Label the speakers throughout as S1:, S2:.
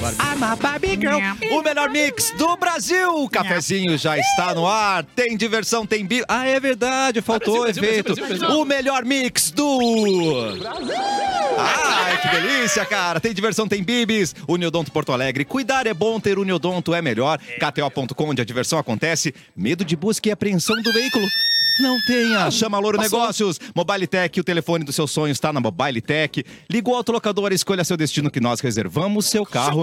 S1: Barbie.
S2: I'm a Barbie Girl.
S1: O melhor mix do Brasil. O cafezinho já está no ar. Tem diversão, tem bi. Ah, é verdade, faltou
S2: Brasil, Brasil,
S1: efeito.
S2: Brasil, Brasil.
S1: O melhor mix do. Ai, que delícia, cara. Tem diversão, tem bibis. Uniodonto Porto Alegre. Cuidar é bom, ter Uniodonto é melhor. KTO.com, onde a diversão acontece. Medo de busca e apreensão do veículo. Não tenha. Chama a Louro Negócios. Mobile Tech, o telefone do seu sonho está na Mobile Tech. Liga o autolocador, escolha seu destino que nós reservamos seu carro.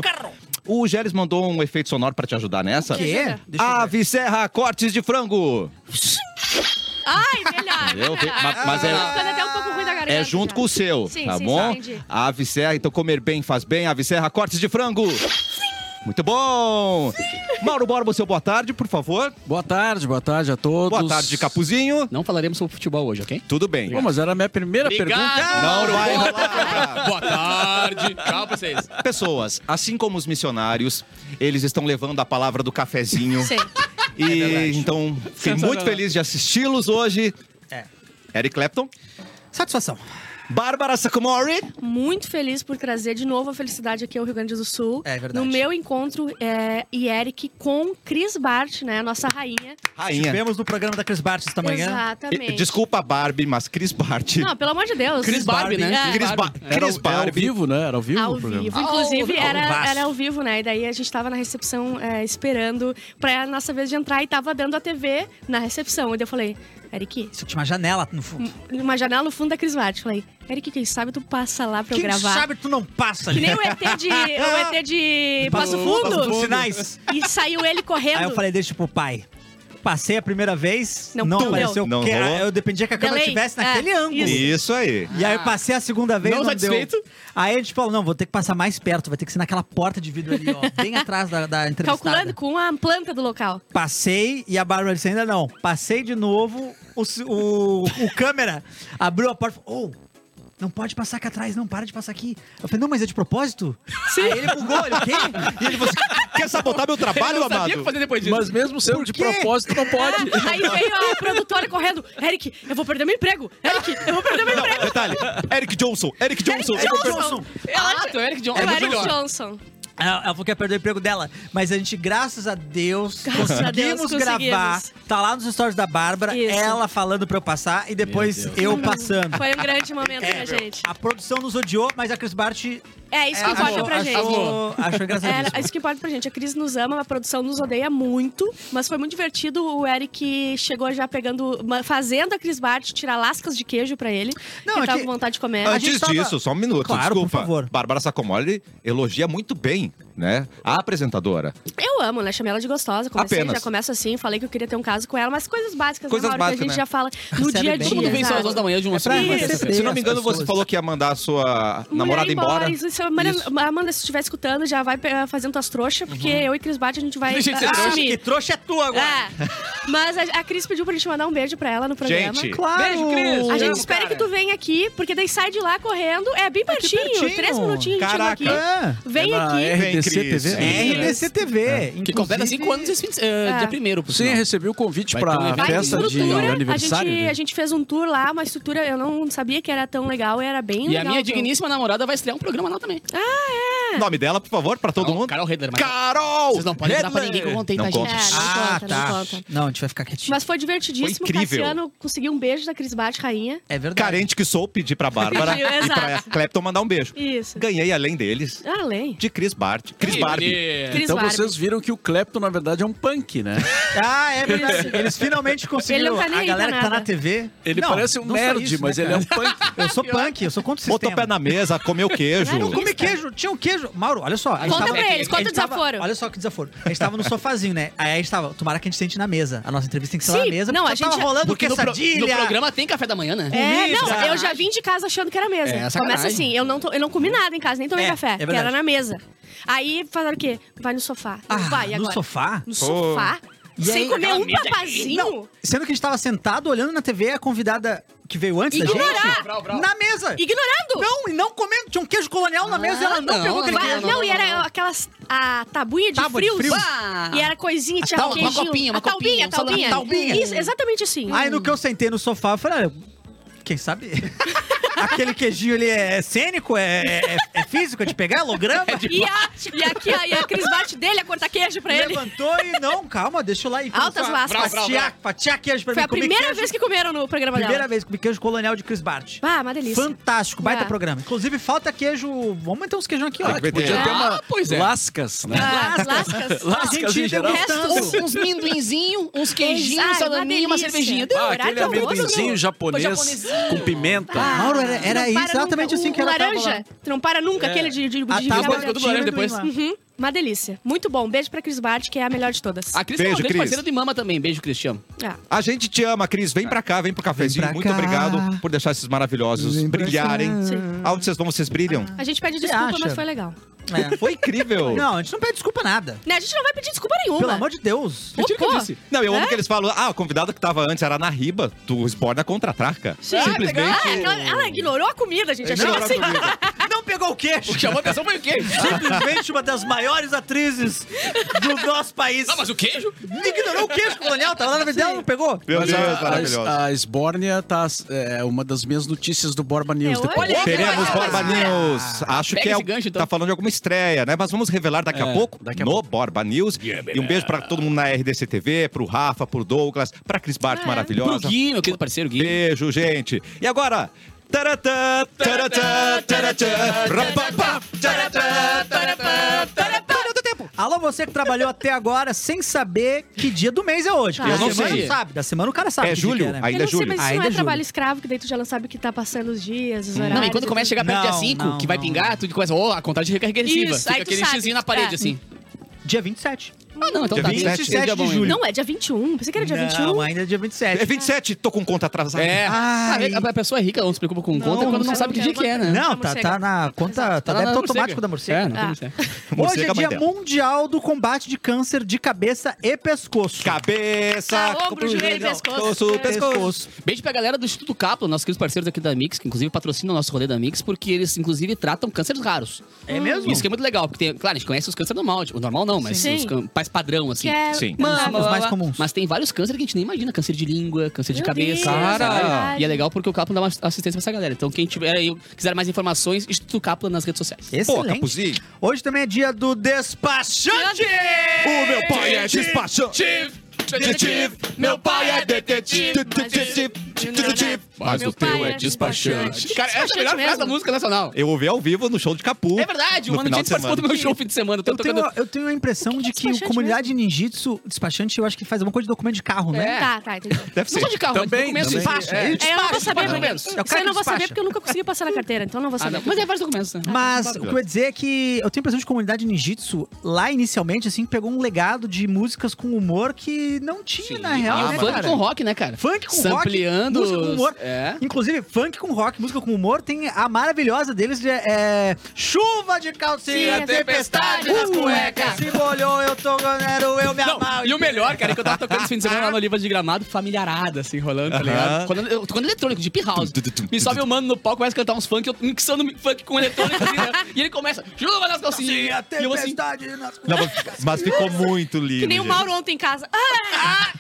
S1: O Gélis mandou um efeito sonoro pra te ajudar nessa.
S3: Quê? Deixa eu ver.
S1: Ave Serra Cortes de Frango.
S4: Ai, melhor.
S1: Eu vi- mas- mas é-
S4: Ficando até um pouco ruim da garganta.
S1: É junto
S4: já.
S1: com o seu,
S4: Sim,
S1: tá
S4: sim,
S1: bom?
S4: sim, entendi.
S1: Ave Serra, então comer bem faz bem. Ave Serra, cortes de frango. Muito bom! Mauro Borba, seu boa tarde, por favor.
S5: Boa tarde, boa tarde a todos.
S1: Boa tarde, Capuzinho.
S3: Não falaremos sobre futebol hoje, ok?
S1: Tudo bem.
S5: Pô, mas era a minha primeira pergunta.
S1: Não
S5: Ah,
S2: Mauro
S1: vai
S2: Borba.
S1: rolar.
S2: Boa tarde. Calma vocês.
S1: Pessoas, assim como os missionários, eles estão levando a palavra do cafezinho.
S4: Sim.
S1: E então, fiquei muito feliz de assisti-los hoje.
S3: É.
S1: Eric Clapton,
S3: Satisfação.
S1: Bárbara Sacomori.
S4: Muito feliz por trazer de novo a felicidade aqui ao Rio Grande do Sul.
S3: É verdade.
S4: No meu encontro é, e Eric com Cris Bart, né? a Nossa rainha.
S1: Rainha.
S3: Estivemos Tá no programa da Cris Bartes esta manhã.
S4: Exatamente.
S1: Desculpa, Barbie, mas Cris Bart.
S4: Não, pelo amor de Deus.
S3: Cris Barbie, né?
S4: É.
S1: Cris, ba
S5: Era,
S1: Cris
S5: ao- era ao
S1: Barbie.
S5: vivo, né? Era ao vivo
S4: Ao
S5: o programa.
S4: vivo.
S3: Ao-
S4: Inclusive,
S3: ao
S4: era,
S3: vivaço.
S4: era ao vivo, né? E daí a gente tava na recepção é, esperando pra nossa vez de entrar e tava dando a TV na recepção. E daí eu falei, Eric,
S3: Isso tinha uma janela no fundo.
S4: uma janela no fundo da Cris Bart. Falei, Eric, quem sabe tu passa lá pra
S3: Quem
S4: eu gravar.
S3: sabe tu não passa
S4: Que
S3: ali.
S4: nem o ET de, o ET de Passo
S3: Passo
S4: Fundo.
S3: Fundo. Sinais.
S4: E saiu ele correndo.
S3: Aí eu falei, deixa pro pai. Passei a primeira vez,
S4: Não
S3: não,
S4: deu.
S3: apareceu.
S1: Não
S3: porque
S1: rolou. Ah.
S3: eu dependia que a câmera
S4: Delay.
S3: estivesse
S4: É,
S3: naquele ângulo.
S1: Isso aí.
S3: E aí eu passei a segunda vez,
S2: Não
S3: não,
S2: satisfeito?
S3: deu. Aí a gente falou, não, vou ter que passar mais perto, vai ter que ser naquela porta de vidro ali, ó, bem atrás da, da entrevistada.
S4: Calculando com a planta do local.
S3: Passei e a Bárbara disse ainda não. Passei de novo, o, s- o, o câmera abriu a porta e falou, oh, não pode passar aqui atrás, não, para de passar aqui. Eu falei, não, mas é de propósito? Sim. Aí ele bugou, ele, o quê?
S1: E ele falou assim, quer sabotar meu trabalho,
S2: não sabia o que
S1: amado?
S2: fazer depois disso.
S5: Mas mesmo sendo de
S3: quê?
S5: propósito, não pode.
S4: Aí veio a produtora correndo. Eric, eu vou perder meu emprego. Eric, eu vou perder meu
S1: Não,
S4: emprego.
S1: detalhe. Eric Johnson, Eric Johnson.
S3: "É
S1: eu vou perguntar-
S2: Ah, tu é Eric Johnson.
S4: Era
S2: É
S4: o Eric
S2: melhor.
S4: Johnson.
S3: Ela, ela falou que ia perder o emprego dela. Mas a gente, graças a Deus,
S4: Graças a Deus,
S3: conseguimos
S4: conseguimos.
S3: gravar. Tá lá nos stories da Bárbara,
S4: Isso.
S3: ela falando pra eu passar e depois eu passando. É,
S4: Foi um grande
S2: É,
S4: momento, né, gente?
S3: A produção nos odiou, mas a Cris Bart
S4: É isso que
S2: Arrasou,
S4: importa pra gente.
S3: achou, achou engraçadíssimo.
S4: Era, isso que importa pra gente. A Cris nos ama, a produção nos odeia muito, mas foi muito divertido. O Eric chegou já pegando, ma- fazendo a Cris Bart tirar lascas de queijo pra ele.
S3: Não,
S4: que
S3: é
S4: tava
S3: que-
S4: com vontade de comer.
S3: A
S1: Antes
S3: gente tava-
S1: disso, só um minuto,
S3: Claro, por
S1: desculpa.
S3: favor.
S1: Bárbara Sacomori elogia muito bem, né? A apresentadora.
S4: Eu amo, né? Chamei ela de gostosa. Comecei,
S1: Apenas.
S4: já começo assim, falei que eu queria ter um caso com ela, mas coisas básicas,
S1: Coisas
S4: né, Mauro,
S1: básicas,
S4: que a gente
S1: né?
S4: já fala no
S3: Recebe
S4: dia a
S3: bem.
S4: dia.
S2: Todo mundo vem só às duas da manhã de um- uma
S3: É pra
S2: segunda a
S4: isso.
S2: terça-feira.
S1: Se não
S5: as
S1: me engano, você
S5: pessoas.
S1: falou que ia mandar a sua
S4: é
S1: namorada embora.
S4: Isso, isso, Amanda, Amanda, se estiver escutando, já vai eh, fazendo tuas trouxas, porque eu e Cris Bate a gente vai
S2: Deixa de ser
S4: eh,
S2: trouxa,
S4: assumir.
S3: Que trouxa é tua agora.
S4: É. Mas a, a Cris pediu pra gente mandar um beijo pra ela no programa.
S1: Gente,
S3: Claro.
S2: Beijo, Cris.
S4: A gente
S2: Amo,
S4: espera que
S2: cara.
S4: tu venha aqui, porque daí sai de lá correndo. É bem pertinho,
S3: pertinho.
S4: três minutinhos a gente
S1: Caraca.
S4: chega aqui.
S3: É.
S4: Vem
S5: É na
S4: aqui.
S1: Vem,
S5: RDC
S1: Cris.
S4: Ah,
S5: TV.
S1: É.
S3: RDC TV.
S2: Que
S3: inclusive-
S2: completa cinco anos esse fim de, eh,
S4: É.
S2: dia primeiro. por
S5: Sim,
S2: sinal.
S5: recebi o convite
S2: Vai ter um
S5: pra
S2: evento.
S5: festa de
S4: estrutura,
S5: aniversário.
S4: A gente,
S5: né?
S4: a gente fez um tour lá, uma estrutura, eu não sabia que era tão legal, era bem
S2: E
S4: legal.
S2: a minha
S4: o tour.
S2: digníssima namorada vai estrear um programa lá também.
S1: É. nome dela, por favor, pra todo
S2: Carol-
S1: mundo.
S2: Carol Redler, mas-
S1: Carol!
S2: Vocês não podem dar
S1: Hedler.
S2: pra ninguém que eu contei,
S1: Não
S2: tá,
S1: conta.
S2: gente?
S4: É, não
S3: Ah,
S4: conta,
S3: tá.
S4: não conta.
S3: Não, a gente vai ficar quietinho.
S4: Mas foi divertidíssimo.
S1: Foi incrível.
S4: Cassiano conseguiu um beijo da Cris Bate, rainha.
S3: É verdade.
S1: Carente que sou, pedi pra Bárbara
S4: Pediu,
S1: e pra
S4: exato.
S1: Clapton mandar um beijo.
S4: Isso.
S1: Ganhei além deles,
S4: Além.
S1: de Cris Bart. Cris Barbie.
S2: Ele-
S4: Ah, Cris
S5: Então
S4: Barbie.
S5: vocês viram que o Clepto, na verdade, é um punk, né?
S3: Ah, é verdade. Eles finalmente conseguiram.
S4: Ele não tá nem
S3: a
S4: aí
S3: galera
S4: pra
S3: que tá
S4: nada.
S3: na TV.
S5: Ele
S3: Não,
S5: parece um
S3: não só
S5: nerd,
S3: isso, né,
S5: mas ele é um
S3: cara?
S5: punk.
S3: Eu sou punk, eu sou contra o sistema.
S1: Botou o pé na mesa, comeu queijo.
S4: Não,
S3: Eu comi queijo, tinha um queijo. Mauro, olha só. a gente
S4: Conta
S3: tava-
S4: pra eles,
S3: a
S4: conta
S3: gente
S4: o
S3: tava-
S4: desaforo.
S3: Olha só que desaforo. A gente tava no sofazinho, né? Aí a gente tava, tomara que a gente sente na mesa. A nossa entrevista tem que ser lá
S4: Sim,
S3: na mesa.
S4: não,
S3: porque
S4: a
S3: só
S4: gente-
S3: tava rolando
S2: Porque no, pro-
S3: quesadilha.
S2: no programa tem café da manhã, né?
S4: É,
S3: Comida.
S4: não, eu já vim de casa achando que era mesa.
S2: É, sacanagem.
S4: Começa assim, eu não, to- eu não comi nada em casa, nem tomei
S3: É,
S4: café,
S3: é
S4: que
S3: verdade.
S4: era na mesa. Aí falaram o quê? Vai no sofá. Eu,
S3: Ah,
S4: Vai, e
S3: no
S4: agora?
S3: sofá?
S4: No sofá?
S3: E
S4: Sem
S3: aí,
S4: comer
S2: aquela
S4: um
S2: mesa aí?
S4: papazinho?
S3: Sendo que a gente tava sentado olhando na TV, a convidada que veio antes da
S4: Ignorar.
S3: gente.
S2: Brau, brau.
S3: Na mesa!
S4: Ignorando!
S3: Não, e não comendo. Tinha um queijo colonial na mesa e ela não,
S2: não,
S3: pegou aquele
S4: Vai-
S3: queijo.
S4: Ah, não, e
S2: não,
S4: era
S2: não.
S4: aquelas a tabuinha de
S3: Tábua de
S4: frios.
S3: frios.
S4: E era coisinha, tinha
S3: tal- uma
S4: queijinho.
S2: copinha, uma
S4: a taubinha,
S2: copinha, um salame-
S4: taubinha.
S2: taubinha.
S4: Isso, exatamente assim.
S3: Aí no que eu sentei no sofá, eu falei, olha, quem sabe? Aquele queijinho ali é cênico? É, é, é físico? É de pegar? É holograma?
S4: E a, e aqui, a, e a Cris Bart dele a cortar queijo pra ele.
S3: Levantou e não, calma, deixa eu lá e
S4: Altas
S3: fa-
S4: lascas.
S3: fatiar, fatiar queijo pra
S4: Foi
S3: mim.
S4: a
S3: comer
S4: primeira
S3: queijo.
S4: vez que comeram no programa
S3: é Primeira
S4: dela.
S3: vez que comi queijo colonial de Chris Bart.
S4: Ah, uma delícia.
S3: Fantástico, baita
S4: É.
S3: programa. Inclusive, falta queijo. Vamos meter uns queijão aqui, ó.
S1: Ah, que vai
S5: Podia
S1: É.
S5: ter uma
S2: Ah, pois é.
S5: lascas, né?
S4: Ah, as lascas.
S5: Lascas
S3: gente,
S5: em geral.
S4: eu gosto.
S2: Resta uns, uns minduinzinhos, uns queijinhos,
S4: Ai,
S2: um
S4: uma
S2: salaminho, uma
S4: delícia.
S2: cervejinha.
S4: Ah,
S2: Deu
S5: Ah,
S2: horário
S5: aquele
S2: almoço,
S5: amendoinzinho
S2: meu. Foi
S5: japonês
S2: japonesinho.
S5: com pimenta.
S3: Mauro, era,
S4: Tu
S3: era
S4: não para
S3: exatamente
S4: nunca.
S3: assim
S4: O-
S3: que
S4: o
S3: ela tava
S4: laranja,
S3: lá. É.
S4: tu não para nunca aquele de, de, de
S3: A
S4: ficar
S3: tábua
S2: depois que eu tô
S3: tinha
S2: laranja
S3: amendoim
S2: depois.
S3: lá.
S4: Uhum, uma delícia. Muito bom. Beijo pra Cris Bart, que é a melhor de todas.
S2: A Cris é
S1: Beijo,
S2: uma grande
S1: Cris.
S2: parceira do Mama também. Beijo, Cristiano.
S4: Ah.
S1: A gente te ama, Cris. Vem pra cá, vem pro cafezinho.
S3: pra
S1: Muito
S3: cá.
S1: obrigado por deixar esses maravilhosos
S3: Vem pra
S1: brilharem.
S3: cá.
S4: Sim.
S1: Aonde vocês vão, vocês brilham?
S4: A gente pede
S3: Você
S4: desculpa,
S3: acha?
S4: mas foi legal.
S3: É.
S1: Foi incrível.
S3: Não, a gente não pede desculpa nada.
S4: Né, a gente não vai pedir desculpa nenhuma.
S3: Pelo amor de Deus.
S4: Pô,
S2: Mentira que eu
S4: pô.
S2: disse.
S1: Não, eu amo que eles falam. Ah, o convidado que tava antes era na riba do Sport na Contra-Traca.
S2: Ah,
S1: Simplesmente.
S2: legal.
S4: Ah, ela, ela ignorou a comida, gente. Achei
S1: Ignorou a
S4: assim.
S1: comida.
S3: Não pegou o queixo.
S2: O que chamou a atenção foi o queijo.
S3: Simplesmente uma das maiores atrizes do nosso país.
S2: Não, mas o queijo?
S3: Ignorou o queijo colonial, tava lá na frente dela, não pegou?
S1: Meu
S5: Mas
S1: Deus,
S5: a-
S1: maravilhoso.
S5: a, a Esbórnia tá, é uma das minhas notícias do Borba News.
S4: É,
S5: depois.
S4: olha aí.
S1: Teremos
S4: Ah,
S1: Borba News. Acho
S2: Pega
S1: que é,
S2: esse gancho, então.
S1: tá falando de alguma estreia, né? Mas vamos revelar daqui a
S5: É,
S1: pouco
S5: daqui a
S1: no Borba News. E um beijo pra todo mundo na RDC TV, pro Rafa, pro Douglas, pra Cris Bart
S4: Ah, é.
S2: Pro
S1: maravilhosa.
S2: Gui, meu querido parceiro Gui.
S1: Beijo, gente. E agora? Taratã, taratã, taratã, rapapá, taratã, taratã, taratã. Todo tempo.
S3: Alô, você que trabalhou até agora sem saber que dia do mês é hoje.
S4: Eu
S3: Porque
S1: não
S3: da semana
S1: sei.
S3: não sabe, da semana o cara sabe.
S1: É
S3: que dia
S1: julho?
S3: que é, né?
S4: Eu
S1: Ainda é
S4: não sei,
S1: julho.
S4: mas isso
S3: Ainda
S4: não é
S3: é
S4: trabalho escravo, que daí tu já não sabe o que tá passando os dias, os horários.
S2: Não, e quando começa a chegar perto do dia
S3: Não,
S2: 5,
S3: não,
S2: que vai
S3: não.
S2: pingar, tu começa, ó, a contagem regressiva.
S4: Isso,
S2: Fica
S4: aí tu
S2: aquele
S4: sabe.
S2: xizinho na parede,
S4: É.
S2: assim.
S3: Dia 27.
S2: Ah, não, então
S1: Dia
S2: tá.
S1: 27
S2: esse é
S3: de
S2: bom, hein?
S3: julho.
S4: Não, é dia 21. Pensei que era dia
S3: não,
S4: 21.
S3: ainda é dia 27.
S1: É 27, tô com conta atrasada.
S2: É.
S3: Ai.
S2: Ah, a- a pessoa é rica, ela não se preocupa com
S3: Não,
S2: conta quando
S3: não
S2: não
S4: sei,
S2: sabe que
S4: não
S2: dia
S4: quero
S2: que é, né?
S3: Não,
S4: Da
S3: tá,
S4: morcega.
S3: tá na conta, tá
S2: lá na
S3: débito automático da
S2: É,
S3: morcega.
S2: não tem
S4: Ah.
S2: morcega.
S3: Hoje
S1: Morcega
S3: é dia
S1: Mandela.
S3: mundial do combate de câncer de cabeça e pescoço.
S1: Cabeça,
S4: Ah, ombro, joelho,
S1: pescoço,
S4: pescoço.
S1: pescoço.
S2: Beijo pra galera do Instituto Caplan, nossos queridos parceiros aqui da Mix, que inclusive patrocinam o nosso rolê da Mix, porque eles, inclusive, tratam cânceres raros.
S3: É mesmo?
S2: Isso que é muito legal, porque, tem, claro, a gente conhece os cânceres normal, tipo, normal não, mas
S4: Sim.
S2: os can- mais padrão, assim.
S4: Que é...
S1: Sim.
S2: Mama,
S3: Os mais
S2: blá, blá, blá.
S3: comuns.
S2: Mas tem vários cânceres que a gente nem imagina. Câncer de língua, câncer de
S4: Meu
S2: cabeça.
S4: Deus,
S1: Cara!
S2: E
S4: verdade.
S2: é legal porque o Kaplan dá uma assistência pra essa galera. Então, quem tiver aí, quiser mais informações, Instituto Kaplan nas redes sociais.
S1: Pô,
S3: Excelente.
S1: Capuzinho.
S3: Hoje também é dia do despachante.
S1: O meu pai é despachante. Detetive, meu pai é detetive, detetive, detetive. Mas o teu é despachante.
S2: Cara, essa é a melhor frase da música nacional.
S1: Eu ouvi ao vivo no show de Capu.
S2: É verdade, o
S1: no
S2: Mano
S1: final
S2: Gente
S1: de
S2: participou do
S1: semana.
S2: meu show fim de semana. Eu tô
S3: Eu tenho,
S2: tocando...
S3: eu tenho a impressão
S4: O que
S3: de
S4: é
S3: que o
S4: despachante
S3: comunidade ninjitsu, despachante, eu acho que faz alguma coisa de documento de carro, né?
S2: É.
S4: Tá, tá, entendi.
S1: Deve
S2: Não
S1: ser.
S2: só de carro,
S5: Também,
S2: mas de
S5: também.
S2: documentos.
S5: É.
S2: de
S4: É, eu não vou saber.
S2: pelo menos.
S3: É o cara
S4: Isso aí eu não
S3: que
S4: vou saber
S3: despacha.
S4: porque eu nunca consegui passar na carteira, então eu não vou
S2: Ah,
S4: saber.
S2: não. Mas é vários documentos, né?
S3: Mas o que eu ia dizer é que eu tenho a impressão de que a comunidade ninjitsu, lá inicialmente, assim, pegou um legado de músicas com humor que não tinha, na real,
S2: Ah,
S3: né,
S2: funk
S3: cara?
S2: com rock, né, cara?
S3: Funk com
S2: Sampleando
S3: rock, música com
S2: os-
S3: humor.
S2: é.
S3: Inclusive, funk com rock, música com humor, tem a maravilhosa deles, de, é... Chuva de calcinha,
S4: Sim, a
S3: tempestade
S4: tempestade
S3: nas
S4: nas
S3: cuecas,
S4: cuecas.
S3: se molhou, eu tô ganhando, eu me
S2: Não,
S3: amarro.
S2: e o melhor, cara, é que eu tava tocando esse fim de semana lá no Olivas de Gramado, familiarada, assim, rolando, tá
S1: Aham.
S2: ligado? Quando, eu, tocando eletrônico, Deep House.
S1: Tum, tum, tum, tum,
S2: Me sobe o mano no palco, começa a cantar uns funk, eu mixando funk com eletrônico, assim, né? E ele começa, chuva nas
S3: Sim, a
S2: calcinhas. E eu assim,
S3: tempestade nas
S1: Não,
S3: cuecas.
S1: mas, mas ficou muito lindo.
S4: Que nem o
S1: gente.
S4: Mauro ontem em casa. Ah,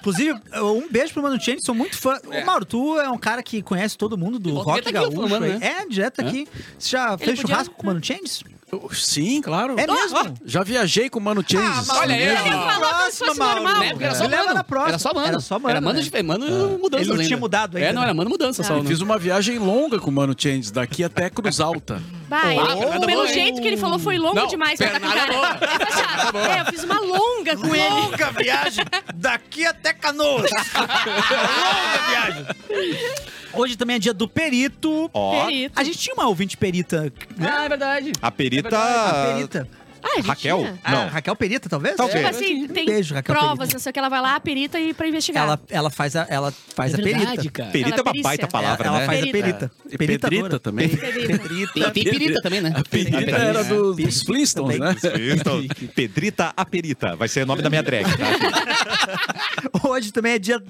S3: Inclusive, um beijo pro Mano Chang, sou muito fã. Ô, Mauro, tu é um cara que conhece todo mundo do
S2: Volta
S3: rock
S2: e meia tá aqui,
S3: gaúcho.
S2: mano,
S3: aí. É, direto aqui. Você já fez
S4: podia-
S3: churrasco com o Mano Changes?
S5: Eu- Sim, claro.
S3: É mesmo?
S5: Já viajei com o Mano Chases.
S2: Ah, Mauro, olha aí,
S3: leva
S2: ó.
S3: na
S2: Ele falou
S4: como se
S3: próxima,
S4: fosse
S3: Mauro.
S4: normal.
S2: Na época assim, né, era só
S3: Me leva
S2: mano.
S3: na próxima.
S2: Era só mano.
S3: Era só mano,
S2: Era mano,
S3: né?
S2: de,
S1: Ah.
S2: mano mudança.
S3: Ele não
S2: ainda.
S3: tinha mudado ainda,
S2: É, não, era
S3: né?
S2: mano mudança só.
S5: Eu
S2: né?
S5: fiz uma viagem longa com o Mano Chases, daqui até Cruz Alta.
S4: Vai,
S2: Ah,
S4: ele-
S2: Fernanda
S4: pelo
S2: Boa, hein?
S4: jeito que ele falou, foi longo
S2: Não,
S4: demais pra
S2: Fernanda
S4: tá com
S2: Boa.
S4: cara. Mas, sabe, É, eu fiz uma longa com ele.
S3: Longa viagem daqui até Canoas. Longa viagem. Hoje também é dia do perito.
S1: Ó,
S4: Perito.
S3: A gente tinha uma ouvinte perita. né?
S2: Ah, é verdade.
S1: a perita.
S3: A perita.
S4: Ah, a gente
S1: Raquel?
S4: tinha.
S3: Ah,
S1: Não.
S3: Raquel Perita, talvez?
S1: Talvez.
S4: Tipo
S1: É.
S4: assim, tem
S3: Beijo, Raquel
S4: provas,
S3: Perita.
S4: não sei o que, ela vai lá, perita e pra investigar.
S3: Ela, ela faz a, ela faz
S2: É
S3: a perita.
S2: verdade, cara.
S1: Perita é
S4: Ela
S1: uma
S4: perícia.
S1: baita palavra,
S3: ela
S1: né?
S3: faz a
S4: Perita.
S3: perita.
S5: E
S3: Peritadora.
S5: Pedrita também.
S4: Perita.
S2: Tem, tem pirita também, né?
S1: Ah,
S5: A Pedrita era do- dos Flintstones, né?
S1: Isso. Então, Pedrita a perita. Vai ser o nome da minha drag, tá?
S3: Hoje também é dia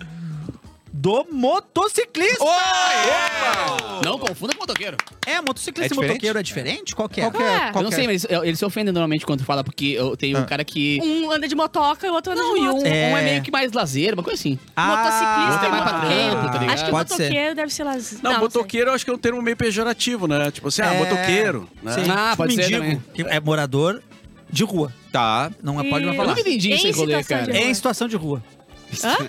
S3: do motociclista.
S2: Não confunda com motoqueiro.
S3: É, motociclista
S1: É
S3: e
S1: diferente?
S3: motoqueiro é diferente? Qual que é?
S1: Qual que é?
S4: Ué.
S1: Qual
S2: eu não
S1: que é?
S2: sei, mas eu- eles se ofendem normalmente quando fala, porque eu tenho
S1: Ah.
S2: um cara que.
S4: Um anda de motoca e o outro anda
S2: Não,
S4: de
S2: e
S4: moto.
S2: um um é.
S3: É.
S2: meio que mais lazer, uma coisa assim.
S4: Ah, Motociclista
S2: é mais pra
S4: motoqueiro.
S2: dentro, tá ligado?
S4: Acho que
S3: Pode ser.
S4: motoqueiro deve ser las...
S5: Não,
S4: sei.
S5: motoqueiro eu acho que é um termo meio pejorativo, né? Tipo assim, ah,
S3: É.
S5: motoqueiro. Né?
S3: Sim.
S2: Ah, pode ser
S3: mendigo,
S2: também.
S3: que é morador de rua.
S1: Tá.
S3: Não é, pode
S4: E-
S3: mais
S2: Eu
S3: falar.
S2: nunca entendi esse
S4: Em
S2: rolê,
S4: situação de
S2: cara.
S4: rua.
S3: É em situação de rua.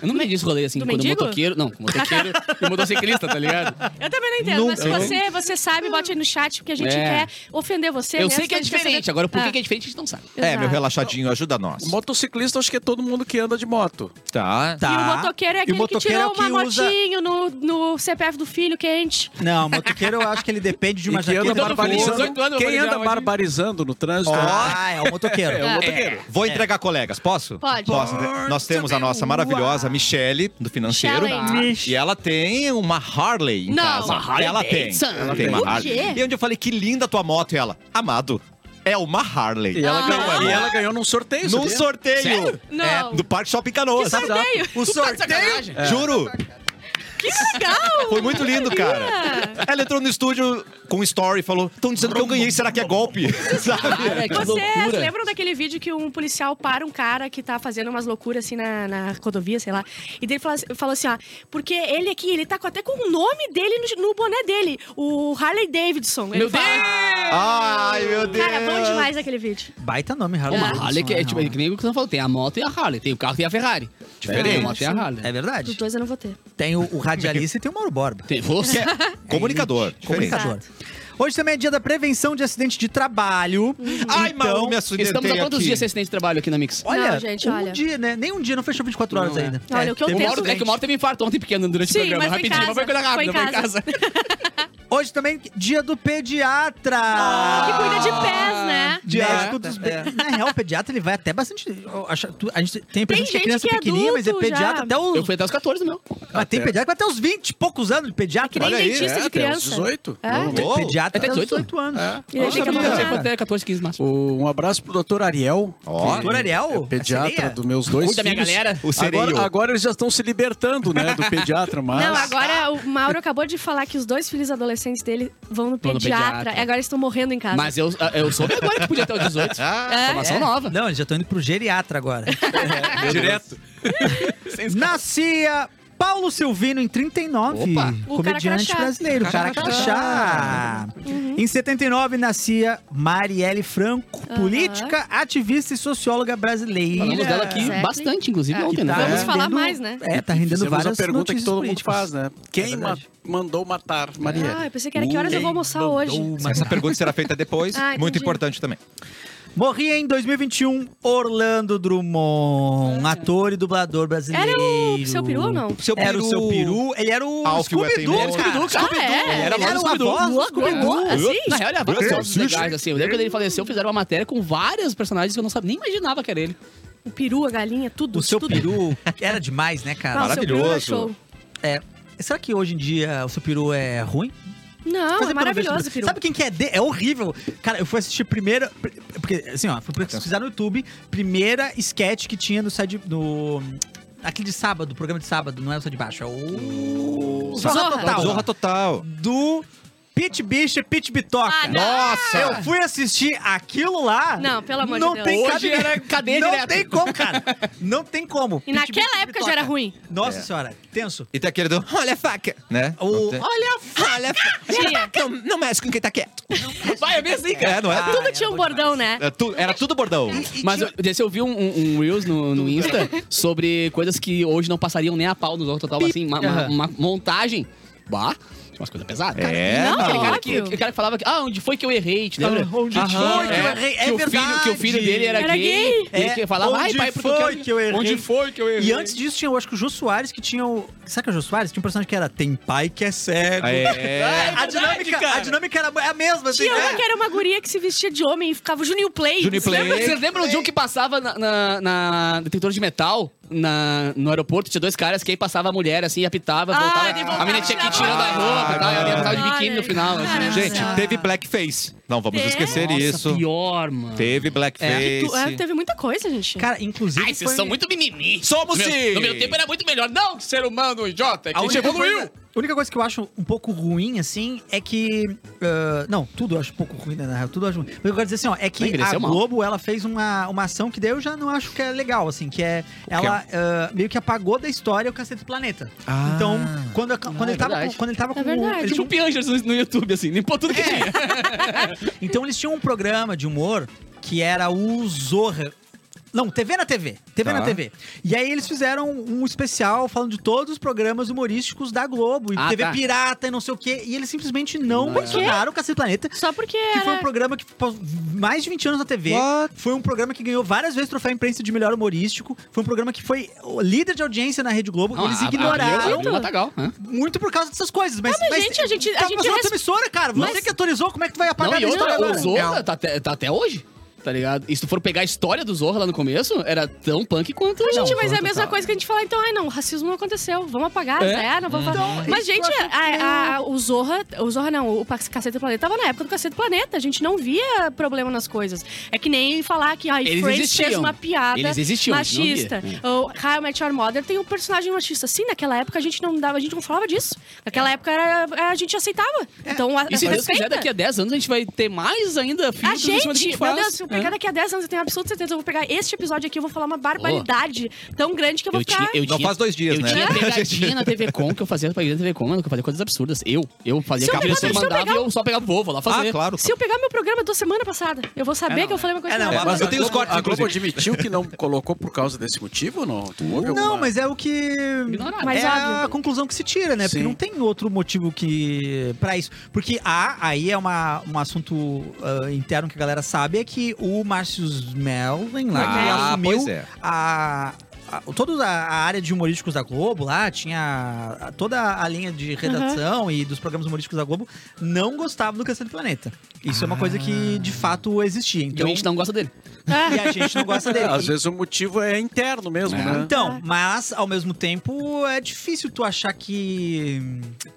S2: Eu não entendi esse rolê assim,
S4: Do
S2: quando
S4: mendigo?
S2: motoqueiro. Não, motoqueiro e motociclista, tá ligado?
S4: Eu também não entendo, mas se
S1: Nunca.
S4: você, você sabe, bote aí no chat, porque a gente
S2: É.
S4: quer ofender você.
S2: eu
S4: né?
S2: sei que é
S4: A gente quer saber-
S2: diferente. Agora, por que
S4: Ah,
S2: que é diferente, a gente não sabe.
S1: É, meu
S4: exato.
S1: relaxadinho ajuda nós.
S5: O Motociclista eu acho que é todo mundo que anda de moto.
S1: Tá.
S3: Tá.
S4: E o motoqueiro é
S3: E o
S4: aquele
S3: motoqueiro é
S4: que
S3: o
S4: tirou uma
S3: que usa-
S4: motinho no, no CPF do filho quente.
S3: Não, motoqueiro eu acho que ele depende de uma
S5: E que anda
S3: jaqueta.
S2: todo
S5: barbarizando.
S2: mundo, 18 anos,
S5: Quem
S2: barbarizar
S5: anda
S2: hoje.
S5: barbarizando no trânsito?
S3: Ah, é o motoqueiro.
S5: É o motoqueiro.
S1: Vou entregar colegas, posso?
S4: Pode.
S1: Posso. né? Nós temos a nossa maravilhosa Michele, do financeiro. né?
S2: né?
S4: Michele.
S1: E ela tem uma Harley em
S4: Não.
S1: casa.
S4: Uma
S2: Harley
S1: ela tem.
S2: Davidson.
S1: Ela tem
S4: O
S1: uma Harley.
S4: quê?
S1: E onde eu falei, que linda tua moto. E ela, amado, é uma Harley.
S5: E, ela
S4: Ah.
S5: ganhou,
S4: Não,
S5: e
S4: é
S5: ela ganhou num sorteio.
S1: Num
S5: sabia?
S1: sorteio.
S2: Sério?
S4: Não.
S1: É, do Parque Shopping Canoas.
S4: Que sorteio?
S1: O sorteio?
S2: sacanagem.
S1: Juro.
S4: Que legal!
S1: Foi muito lindo, cara. Ela entrou no estúdio com um story e falou: estão dizendo que eu ganhei, será que é golpe?
S2: Cara,
S4: Ah,
S1: Sabe?
S4: é
S2: que
S4: Vocês
S2: É loucura.
S4: lembram daquele vídeo que um policial para um cara que tá fazendo umas loucuras assim na, na rodovia, sei lá. E daí ele fala, assim- falou assim, ó, porque ele aqui, ele tá com- até com o nome dele no, no boné dele, o Harley Davidson. Ele
S2: Meu
S4: fala.
S2: Deus!
S1: Ai, meu Deus.
S4: Cara, bom demais aquele vídeo.
S3: Baita nome, Harley.
S2: Uma
S3: Davidson,
S2: Harley que é
S3: né,
S2: tipo, é que nem o que você falou, tem a moto e a Harley, tem o carro e a Ferrari. Tem a moto e a Harley.
S4: Dos
S3: É verdade.
S4: dois eu não vou ter.
S3: Tem o, o radialista e tem o Mauro Borba.
S2: Tem você.
S1: Comunicador. diferente.
S3: Comunicador. Hoje também é dia da prevenção de acidente de trabalho.
S1: Ai, Mauro,
S3: então,
S1: me acidentei
S2: Estamos há quantos
S1: aqui.
S2: dias sem acidente de trabalho aqui na Mix?
S3: olha,
S4: Uhum. Não, gente,
S3: um
S4: olha.
S3: dia, né? Nem um dia, não fechou 24 horas
S2: Não é.
S3: ainda.
S4: Olha, o que eu
S3: teve
S2: O
S4: penso-
S3: um
S2: Mauro, é que o Mauro teve infarto ontem pequeno durante
S4: Sim,
S2: o programa.
S4: mas foi em
S2: Rapidinho, mas foi coisa
S4: casa.
S2: rápida,
S4: Foi
S2: foi
S4: em
S2: em casa.
S3: Hoje também é dia do pediatra. Ah.
S4: Ah, que cuida de pés, né?
S3: Diático
S2: É.
S3: dos be- Na real, o pediatra ele vai até bastante. eu acho- tu- a gente tem a
S4: Tem
S3: impressão de que é
S4: gente
S3: criança
S4: que é
S3: pequenininha, mas é
S4: adulto
S3: pediatra
S4: já.
S3: até os.
S2: Eu fui até os 14, meu.
S3: Mas tem pediatra que vai até os 20 e poucos anos de
S4: Que
S3: pediatra.
S4: nem
S1: Olha aí,
S4: dentista de
S5: É, até os
S4: criança.
S5: 18.
S4: É.
S5: Não-
S1: Uou.
S3: Pediatra
S2: Até É.
S3: até
S2: 18?
S3: 18
S4: E
S3: anos.
S4: daí tem que
S5: Nossa,
S2: Eu fui
S3: é
S4: abandonar.
S2: até 14, 15 máximo.
S5: O- Um abraço pro doutor Ariel.
S1: Ó.
S5: que
S3: Doutor Ariel?
S5: é
S3: A sereia?
S5: pediatra dos meus dois
S2: Cuida, minha
S5: filhos.
S2: galera.
S1: O sereio.
S5: Agora, agora eles já estão se libertando, né, do pediatra, mas...
S4: Não, agora o Mauro acabou de falar que os dois filhos adolescentes dele vão no
S2: Vão no
S4: pediatra,
S2: pediatra.
S4: e agora eles estão morrendo em casa.
S2: Mas eu, eu soube agora que podia até os 18.
S1: Ah,
S4: É.
S2: Informação nova.
S3: Não, eles já estão indo pro geriatra agora. É,
S5: direto.
S3: Nascia Paulo Silvino em 39.
S2: Opa.
S4: O
S3: comediante
S4: Caracachá.
S3: brasileiro, Caracachá.
S4: Uhum.
S3: Em 79 nascia Marielle Franco, política, ativista e socióloga brasileira.
S2: Falamos dela aqui
S4: Exactly.
S2: bastante, inclusive,
S4: Ah,
S2: ontem,
S3: Tá
S2: né?
S4: Vamos
S3: rendendo-
S4: falar mais, né?
S3: É, tá rendendo
S5: Fizemos a
S3: várias
S5: pergunta que
S3: notícias
S5: todo mundo
S3: políticas. É
S5: faz, né? Quem ma-
S3: verdade.
S5: mandou matar Marielle?
S4: Ah, eu pensei que era que horas eu vou almoçar hoje.
S1: Essa pergunta será feita depois.
S4: Ah, entendi.
S1: Muito importante também.
S3: Morria em 2021 Orlando Drummond, ator e dublador brasileiro.
S4: Ah. Era o seu peru ou não?
S1: Seu
S3: Era o seu peru. Ele era o
S1: Alf
S3: Scooby-Doo,
S1: Wettenberg.
S3: cara.
S2: Scooby-Doo, cara.
S4: Ah, é?
S2: Ele era voz
S3: Ele era
S2: do
S3: uma
S2: Scooby-Doo.
S3: voz do
S2: Louco,
S3: Scooby-Doo.
S2: louco.
S4: Assim?
S2: Na real, ele abraçou
S1: Eu
S2: todos legais, assim. Eu lembro quando ele faleceu, fizeram uma matéria com vários personagens que eu não sabia, nem imaginava que era ele.
S4: O peru, a galinha, tudo.
S3: O seu
S4: tudo.
S3: peru era demais, né, cara?
S4: Não, o seu peru é
S1: Maravilhoso.
S4: show.
S3: É. Será que hoje em dia o seu peru é ruim?
S4: Não,
S3: Fazia
S4: é
S3: tempo que eu não vejo
S4: maravilhoso
S3: Subiru.
S4: o peru.
S3: Sabe quem que é? de- É horrível. Cara, eu fui assistir primeiro. Porque, assim, ó, fui pesquisar no YouTube. Primeira sketch que tinha no site. No, aquele de sábado, programa de sábado, não é o só de baixo, é o. Zorra,
S4: Zorra.
S3: Total.
S1: Zorra Total.
S3: Do Pit Bicha e Pit Bitoca.
S4: Ah, não.
S1: Nossa!
S3: Eu fui assistir aquilo lá.
S4: Não, pelo amor de
S3: não
S4: Deus.
S3: Tem
S2: Hoje
S3: cabe-
S2: era cadeia
S3: Não
S2: direta.
S3: tem como, cara. Não tem como.
S4: E
S3: Pit
S4: naquela
S3: Bicha e
S4: época já era
S3: Bitoca.
S4: ruim.
S3: Nossa
S1: É.
S3: senhora, tenso.
S1: E tem aquele do. Olha a faca! Né?
S3: O-
S1: Olha a faca! Olha a
S4: Tinha.
S1: faca! Não, não mexe com quem tá quieto.
S2: Vai, é bem assim, cara.
S1: É, não
S3: Ah,
S1: é?
S4: Tudo tinha um bordão, né?
S1: Era, tu- era tudo bordão.
S2: Mas eu, desse eu vi um, um- um Reels no, no Insta sobre coisas que hoje não passariam nem a pau no Zorro Total, mas assim, uma, uma-
S3: Aham.
S2: uma montagem. Bah, tinha umas coisas pesadas. cara.
S1: É,
S4: Não,
S2: Aquele
S4: não.
S2: cara, que, aquele cara que falava que, ah, onde foi que eu errei, te lembra?
S3: Ah, onde foi que eu errei? É
S2: que o filho, que o filho
S3: verdade. É,
S2: dele era,
S4: Era
S2: gay.
S4: gay.
S2: E ele falava, ai,
S3: onde
S2: pai, porque
S3: foi
S2: eu, quero-
S3: que eu errei?
S2: Onde foi que eu errei?
S3: E antes disso tinha, eu acho que o Jô Soares que tinha o. Sabe que é o Jô Soares? Tinha um personagem que era Tem pai que é cego.
S1: É.
S3: a, dinâmica, a dinâmica era a mesma, assim,
S4: Tinha uma
S3: né?
S4: que era uma guria que se vestia de homem e ficava Juninho Play.
S1: Juninho Play.
S2: Lembra, vocês lembram de um que passava na, na, na detetor de metal? na- no aeroporto, tinha dois caras que aí passava a mulher, assim, apitava,
S6: Ah,
S2: voltava.
S6: ele voltava
S2: a menina tinha que ir
S6: tirando
S2: tirando
S6: a
S2: a roupa e tal, e ela voltava de
S4: Olha.
S2: biquíni no final. assim.
S1: Gente,
S6: Ah.
S1: teve blackface. Não vamos
S4: Teve?
S1: esquecer
S2: Nossa,
S1: isso.
S2: pior, mano.
S1: Teve
S4: E
S1: blackface.
S4: tu- é, teve muita coisa, gente.
S3: Cara, inclusive.
S2: Ai, vocês
S3: foi- um
S2: são muito mimimi.
S1: Somos
S2: no
S1: sim.
S2: meu, no meu tempo era muito melhor. Não, ser humano, idiota, é que a gente
S3: única
S2: evoluiu.
S3: coisa- a única coisa que eu acho um pouco ruim, assim, é que. ah, não, tudo eu acho um pouco ruim, né? na real, Tudo eu acho ruim. Mas eu quero dizer assim, ó, é que a
S2: Envelheceu mal.
S3: Globo, ela fez uma, uma ação que daí eu já não acho que é legal, assim, que é. Ela ah, meio que apagou da história o Cacete do Planeta.
S1: Ah.
S3: Então, quando, quando,
S2: é
S3: ele tava, com-
S2: verdade.
S3: quando ele tava
S4: É
S3: com.
S4: verdade.
S3: ele
S2: Tipo
S3: tinha
S2: o Piangers no no YouTube, assim, limpou tudo que
S1: É.
S2: tinha.
S3: um- então eles tinham um programa de humor que era o Zorra. Não, TV na TV. TV
S1: Tá.
S3: na TV. E aí eles fizeram um especial falando de todos os programas humorísticos da Globo. E
S2: Ah,
S3: TV
S2: tá.
S3: pirata e não sei o quê. E eles simplesmente não
S2: Por quê?
S3: mencionaram o Cacete do Planeta.
S4: Só porque
S3: Que
S4: era...
S3: foi um programa que passou mais de 20 anos na TV. Foi um programa que ganhou várias vezes troféu imprensa de melhor humorístico. Foi um programa que foi o líder de audiência na Rede Globo.
S2: Não, ah, tá,
S3: Eles
S2: a- a-
S3: ignoraram.
S2: abriu o Matagal, né? hã?
S3: muito por causa dessas coisas, mas,
S4: mas, gente, a gente- a
S3: tá
S4: gente
S3: passando outra
S4: res-
S3: emissora, cara. Você que autorizou, como é que tu vai
S2: Não,
S3: apagar
S2: e
S3: a história
S2: outra, o
S3: agora?
S2: Zorra tá até, tá até hoje, tá ligado? E se tu for pegar a história do Zorra lá no começo, era tão punk quanto...
S4: Ah, gente,
S2: Não,
S4: mas é a
S2: quanto
S4: mesma
S2: tá.
S4: coisa que a gente fala, então, ai não, racismo não aconteceu, vamos apagar,
S2: É?
S4: é, não vamos falar. Mas, gente, a- a- o Zorra, o Zorra não, o Pa- Cacete do Planeta tava na época do Cacete do Planeta, a gente não via problema nas coisas. É que nem falar que, ai,
S2: Eles
S4: Friends
S2: existiam.
S4: fez uma piada
S2: Eles existiam, a gente não É.
S4: machista. Ou How I Met Your Mother tem um personagem machista. Sim, naquela época a gente não dava, a gente não falava disso. Naquela época era- a gente aceitava. Então, a,
S2: É. E se Deus quiser,
S4: respeita.
S2: daqui a 10 anos a gente vai ter mais ainda
S4: A
S2: filtros em
S4: gente,
S2: cima do que a
S4: meu
S2: gente faz. É.
S4: Deus, se eu pegar daqui a 10 anos, eu tenho absoluta certeza. Eu vou pegar este episódio aqui, eu vou falar uma barbaridade tão grande que eu vou
S2: Eu
S4: ficar.
S2: tinha, eu
S1: Não,
S2: tinha-
S1: faz dois dias,
S2: eu
S1: né?
S2: tinha
S1: A gente-
S2: pegadinha na TV Com, que eu fazia pegadinha na TV Com, mano, que eu fazia coisas absurdas. Eu, eu fazia
S4: Se eu
S2: que a
S4: pegar-
S2: pessoa
S4: se eu
S2: mandava
S4: pegar-
S2: e eu só pegava o voo, vou lá fazer.
S1: Ah, claro.
S4: Se eu pegar meu programa da semana passada, eu vou saber que eu falei uma coisa
S3: É, não,
S4: errada.
S1: mas eu
S5: a
S1: tenho os
S5: Globo-
S1: cortes,
S5: A Globo admitiu que não colocou por causa desse motivo ou não? Tu houve
S3: Não,
S5: alguma-
S3: mas é o que.
S2: Ignoraram.
S4: Mas
S3: é a
S4: óbvio.
S3: conclusão que se tira, né? Porque
S5: Sim.
S3: não tem outro motivo que para isso. Porque ah, aí é uma, um assunto ah, interno que a galera sabe é que o Márcio Melvin lá que
S1: Ah,
S3: assumiu
S1: pois é.
S3: a, a- toda a a área de humorísticos da Globo lá tinha a- toda a linha de redação e dos programas humorísticos da Globo não gostava do Cacete do Planeta. Isso é uma coisa que de fato existia.
S2: Então
S3: Então
S2: Ah. a gente não gosta dele.
S3: e a gente não gosta
S5: É,
S3: dele.
S5: Às vezes o motivo é interno mesmo, né?
S3: Então, mas ao mesmo tempo é difícil tu achar que.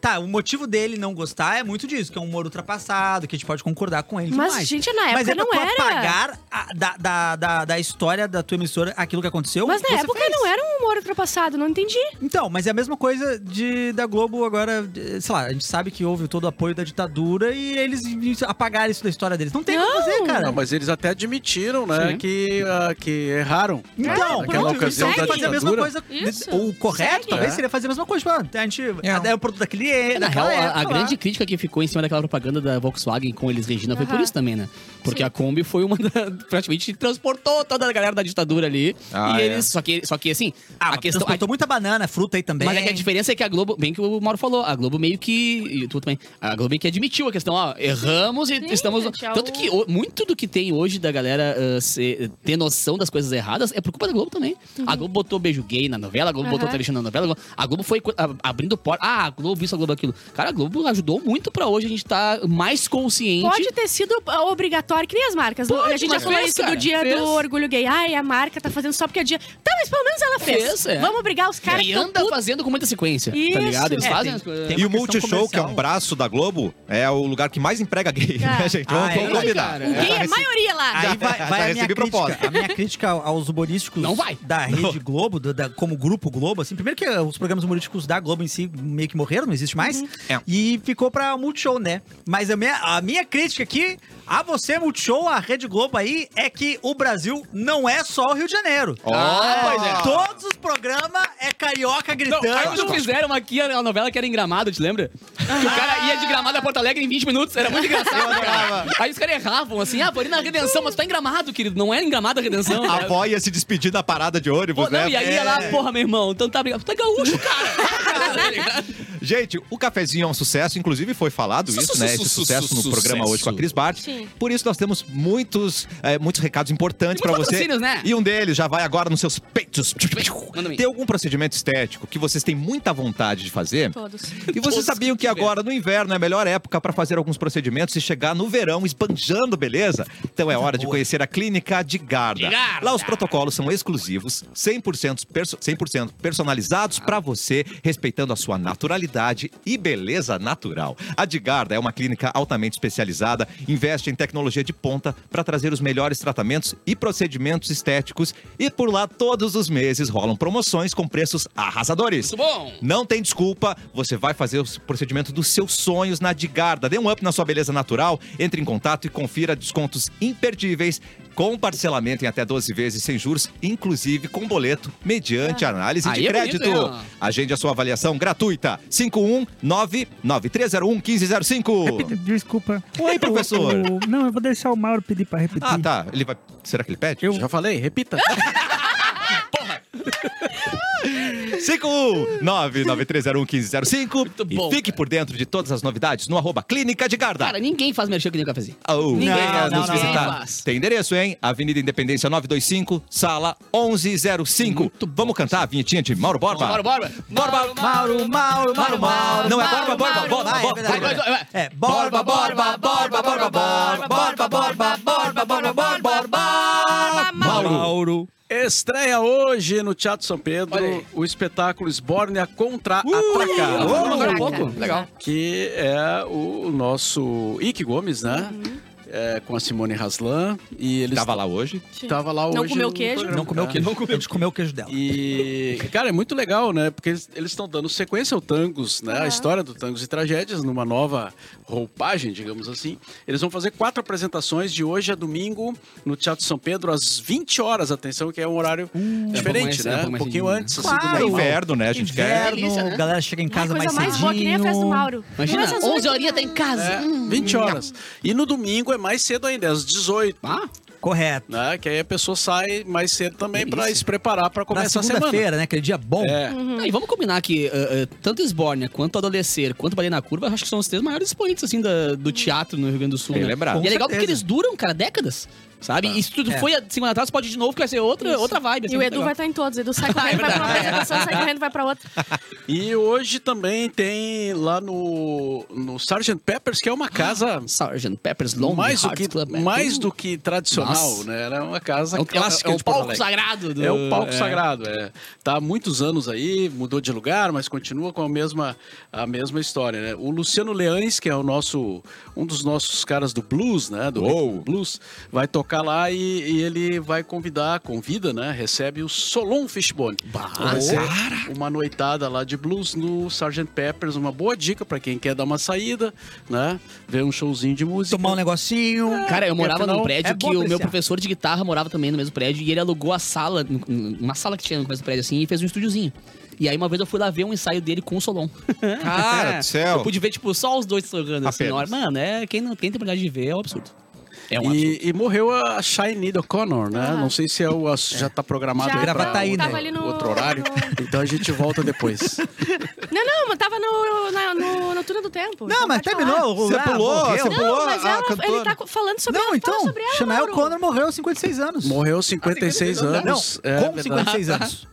S3: Tá, o motivo dele não gostar é muito disso, que é um humor ultrapassado, que a gente pode concordar com ele. e tudo
S4: Mas,
S3: mais.
S4: gente, na
S3: mas
S4: época
S3: é pra
S4: não
S3: tu
S4: era.
S3: apagar a- da, da, da, da história da tua emissora aquilo que aconteceu.
S4: Mas
S3: você
S4: na época
S3: fez.
S4: não era um humor ultrapassado, não entendi.
S3: Então, mas é a mesma coisa de, da Globo agora, de- sei lá, a gente sabe que houve todo o apoio da ditadura e eles apagaram isso da história deles. Não tem o que
S4: Não.
S3: fazer, cara.
S5: Não, mas eles até admitiram, né,
S2: Sim.
S5: que, ah, que erraram. né,
S3: Então,
S5: naquela
S4: pronto,
S5: ocasião
S4: segue.
S5: da
S3: fazer a mesma
S5: ditadura.
S3: coisa.
S4: Isso.
S3: Ou o correto,
S4: Segue.
S3: talvez,
S5: É.
S3: seria fazer a mesma coisa. Tipo, ah, a gente. É, o produto daquele. É,
S2: Na real,
S3: daquela
S2: a, a
S3: época lá.
S2: grande crítica que ficou em cima daquela propaganda da Volkswagen com eles Regina foi por
S4: Aham.
S2: isso também, né? Porque a Kombi foi uma da, praticamente transportou toda a galera da ditadura ali.
S1: Ah,
S2: e
S1: é.
S2: eles. Só que, só que assim,
S3: Ah,
S2: a
S3: mas
S2: questão. a-
S3: transportou muita banana, fruta aí também.
S2: Mas é que a diferença é que a Globo, bem que o Mauro falou, a Globo meio que. e Tu também. A Globo meio que admitiu a questão, ó, erramos e
S4: Sim,
S2: estamos.
S4: gente, é
S2: Tanto
S4: o-
S2: que o- muito do que tem hoje da galera ah, ser- ter noção das coisas erradas é por culpa da Globo também. A Globo botou beijo gay na novela, a Globo botou
S4: Uhum. Aham.
S2: travesti na novela, a Globo- a Globo foi co- a- abrindo porta. Ah, a Globo isso, a Globo aquilo. Cara, a Globo ajudou muito pra hoje a gente tá mais consciente.
S4: Pode ter sido ah, obrigatório, que nem as marcas.
S2: Pode,
S4: a gente já
S2: mas
S4: falou
S2: fez,
S4: isso
S2: cara,
S4: do dia
S2: fez.
S4: do orgulho gay. Ai, a marca tá fazendo só porque é dia. Tá, mas pelo menos ela fez.
S2: Fez, é.
S4: Vamos obrigar os caras
S2: e
S4: que
S2: anda
S4: tão putos.
S2: fazendo com muita sequência,
S4: Isso.
S2: tá ligado? Eles
S3: É,
S2: fazem
S3: tem-
S2: as coisas.
S3: tem
S1: E
S3: uma
S1: o
S3: questão
S1: Multishow, que é
S3: comercial.
S1: um braço da Globo, é o lugar que mais emprega gay,
S4: Ah.
S1: né, gente? Vamos,
S3: Ah, é
S1: vamos
S3: verdade,
S1: combinar.
S2: cara.
S4: O gay é a maioria lá.
S1: Já
S3: Aí vai, vai a minha
S1: recebi
S3: crítica.
S1: proposta.
S3: A minha crítica ao- aos humorísticos
S2: Não vai.
S3: da Rede Globo, do- da- como grupo Globo, assim. Primeiro que os programas humorísticos da Globo em si meio que morreram, não existe mais.
S1: É.
S3: E ficou pra Multishow, né? Mas a minha, a minha crítica aqui a você, Multishow, a Rede Globo aí, é que o Brasil não é só o Rio de Janeiro.
S2: Ah, pois é.
S3: Todos os programas é carioca
S2: Não,
S3: gritando.
S2: quando fizeram aqui a novela que era em Gramado, te lembra? Que o cara ia de Gramado a Porto Alegre em 20 minutos, era muito engraçado, cara. Aí os caras erravam, assim, ah, vou ali na Redenção, mas tu tá em Gramado, querido, não é em Gramado a Redenção.
S1: A
S2: cara.
S1: avó ia se despedir da parada de ônibus,
S2: Pô,
S1: Ah, né?
S2: não, e aí ia lá, porra, meu irmão, então tá brigando. Tu tá gaúcho, cara. Tá
S1: Gente, o cafezinho é um sucesso, inclusive foi falado
S2: Su-
S1: isso,
S2: su-
S1: né?
S2: su-
S1: Esse
S2: su-
S1: sucesso no
S2: su-
S1: programa
S2: sucesso.
S1: hoje com a Cris Bart.
S4: Sim.
S1: Por isso nós temos muitos, eh, muitos recados importantes
S2: E muitos
S1: pra você.
S2: patrocínios, né?
S1: E um deles já vai agora nos seus peitos.
S2: Manda um aí.
S1: Tem algum procedimento procedimento estético que vocês têm muita vontade de fazer.
S4: Todos.
S1: E vocês sabiam que agora no inverno é a melhor época para fazer alguns procedimentos e chegar no verão esbanjando beleza? Então é hora de conhecer a Clínica de Garda.
S2: De Garda.
S1: Lá os protocolos são exclusivos, 100%, perso 100 personalizados para você, respeitando a sua naturalidade e beleza natural. A de Garda é uma clínica altamente especializada, investe em tecnologia de ponta para trazer os melhores tratamentos e procedimentos estéticos e por lá todos os meses rolam promoções com preços arrasadores.
S2: Muito bom.
S1: Não tem desculpa, você vai fazer o procedimento dos seus sonhos na Digarda. Dê um up na sua beleza natural, entre em contato e confira descontos imperdíveis com parcelamento em até 12 vezes sem juros, inclusive com boleto, mediante análise
S2: Aí
S1: de
S2: é
S1: crédito.
S2: bonito, hein, ó?
S1: Agende a sua avaliação gratuita. 519-9301-1505.
S6: Desculpa.
S1: Oi, professor.
S6: O- Não, eu vou deixar o Mauro pedir pra repetir.
S1: Ah, tá. Ele vai. Será que ele pede?
S5: Eu já falei, repita.
S1: um, 51993011505
S2: Muito
S1: E
S2: bom,
S1: fique por dentro de todas as novidades no arroba Clínica de Garda.
S2: Cara, ninguém faz merchan que nem o cafezinho.
S1: Oh,
S2: Ninguém
S1: venha nos
S2: faz, não, não,
S1: visitar.
S2: ninguém faz.
S1: Tem endereço, hein? Avenida Independência 925, sala 1105. Vamos cantar a vinhetinha de Mauro Borba?
S2: Bora, bora.
S1: Borba.
S3: Mauro, Mauro, Mauro, Mauro.
S1: Não, é
S3: Mauro,
S1: Borba, Borba,
S3: Mauro,
S1: Borba, Borba,
S3: Mauro. Vai, é
S1: Borba.
S3: verdade. É, Borba, Borba, Borba, Borba, Borba, Borba, Borba, Borba, Borba, Borba, Borba.
S1: Mauro.
S5: Estreia hoje no Teatro São Pedro
S2: Olha aí.
S5: o espetáculo Esbórnia contra
S2: Ah,
S5: Ataca.
S2: vamos agora há
S4: Caraca.
S2: pouco. Legal.
S5: que é o nosso Ike Gomes, né?
S2: Uhum.
S5: É, com a Simone Haslan. E eles
S1: Tava lá hoje.
S5: tava lá hoje.
S4: Não comeu
S5: no
S4: queijo?
S5: programa,
S3: Não comeu
S5: né?
S3: queijo. A gente comeu o queijo dela.
S5: E, cara, é muito legal, né? Porque eles estão dando sequência ao Tangos, né? A
S4: Aham.
S5: história do Tangos e Tragédias, numa nova roupagem, digamos assim. Eles vão fazer quatro apresentações de hoje a domingo no Teatro São Pedro, às 20 horas. Atenção, que é um horário diferente,
S2: mais- é um
S5: né?
S2: pouco
S5: Um
S2: mais
S5: pouquinho
S2: cedinho, né?
S5: antes, assim, do
S3: Claro.
S1: É
S5: normal.
S1: inverno, né? A gente quer.
S2: delícia, né?
S3: Inverno, galera chega em
S4: Ai,
S3: casa
S4: coisa
S3: mais
S4: mais boa que nem a festa do
S3: cedinho.
S4: Mauro.
S2: Imagina,
S4: Começa às
S2: 11
S4: oito.
S2: horinhas tá em casa.
S5: É, 20 horas. E no domingo é mais cedo ainda, às 18,
S2: Ah,
S3: Correto.
S5: né? Que aí a pessoa sai mais cedo também pra
S2: Delícia.
S5: se preparar pra
S3: Na
S5: começar a semana.
S3: segunda-feira, né? Aquele dia bom.
S5: É.
S2: Não, e vamos combinar que ah, ah, tanto Esbórnia quanto Adolescer, quanto Baleia na Curva, acho que são os três maiores expoentes, assim, da- do teatro no Rio Grande do Sul.
S1: Bem
S2: né?
S1: lembrado.
S2: E é
S3: Com
S2: legal porque
S3: certeza.
S2: eles duram, cara, décadas, sabe? E se tu
S3: É.
S2: foi a semana atrás, pode ir de novo, que vai ser outra,
S4: Isso.
S2: outra vibe. assim,
S4: E o Edu vai estar em todos. Edu sai
S2: É
S4: correndo, vai pra uma
S2: verdade.
S4: apresentação, sai correndo, vai pra outra.
S5: E hoje também tem lá no, no Sgt. Peppers, que é uma casa
S2: Sgt. Pepper's Lonely
S5: mais, do
S2: Hearts
S5: que,
S2: Club Band.
S5: mais do um que tradicional,
S2: Nossa.
S5: né? Era uma casa
S2: É o,
S5: clássica
S2: é o
S5: de Porto
S2: palco
S5: Alegre.
S2: um sagrado. Do...
S5: É o palco sagrado, é. Tá há muitos anos aí, mudou de lugar, mas continua com a mesma, a mesma história, né? O Luciano Leães, que é o nosso, um dos nossos caras do blues, né? Do
S1: Uou!
S5: rhythm blues, vai tocar lá e, e ele vai convidar, convida, né? Recebe o Solon Fishbone. Vai ser uma noitada lá de blues no Sgt. Peppers, uma boa dica pra quem quer dar uma saída, né? Ver um showzinho de música.
S3: Tomar um negocinho.
S2: Cara, eu
S5: Porque
S2: morava
S5: afinal,
S2: num prédio
S3: é
S2: que
S3: bom
S2: o meu
S3: apreciar.
S2: professor de guitarra morava também no mesmo prédio e ele alugou a sala, n- n- uma sala que tinha no mesmo prédio assim, e fez um estúdiozinho. E aí uma vez eu fui lá ver um ensaio dele com o Solon.
S1: Cara do céu.
S2: Eu pude ver, tipo, só os dois tocando assim. na hora.
S1: Apenas.
S2: Mano, é, quem não tem oportunidade de ver é um absurdo. É um absurdo.
S5: E, e morreu a Shaini O'Connor, né?
S4: Ah.
S5: Não sei se é o, ass- já tá programado
S4: Já
S5: aí pra
S3: Gravataí,
S5: outro-
S3: né?
S4: Tava ali no-
S5: outro horário.
S4: no-
S5: Então a gente volta depois.
S4: Não, não, mas tava no, na, no, no turno do tempo. Então
S3: Não, mas
S4: pode falar.
S3: terminou. o-
S1: Você
S3: ah,
S1: pulou,
S3: morreu.
S1: você pulou.
S4: Não, mas
S1: a
S4: ela, ele
S1: cantora.
S4: tá co- falando sobre
S3: Não,
S4: ela.
S3: então,
S4: fala sobre ela,
S3: Chanel
S4: Mauro.
S3: Connor morreu aos 56 anos.
S5: Morreu aos 56
S3: Não,
S5: anos. é
S3: com
S5: verdade.
S3: 56 anos.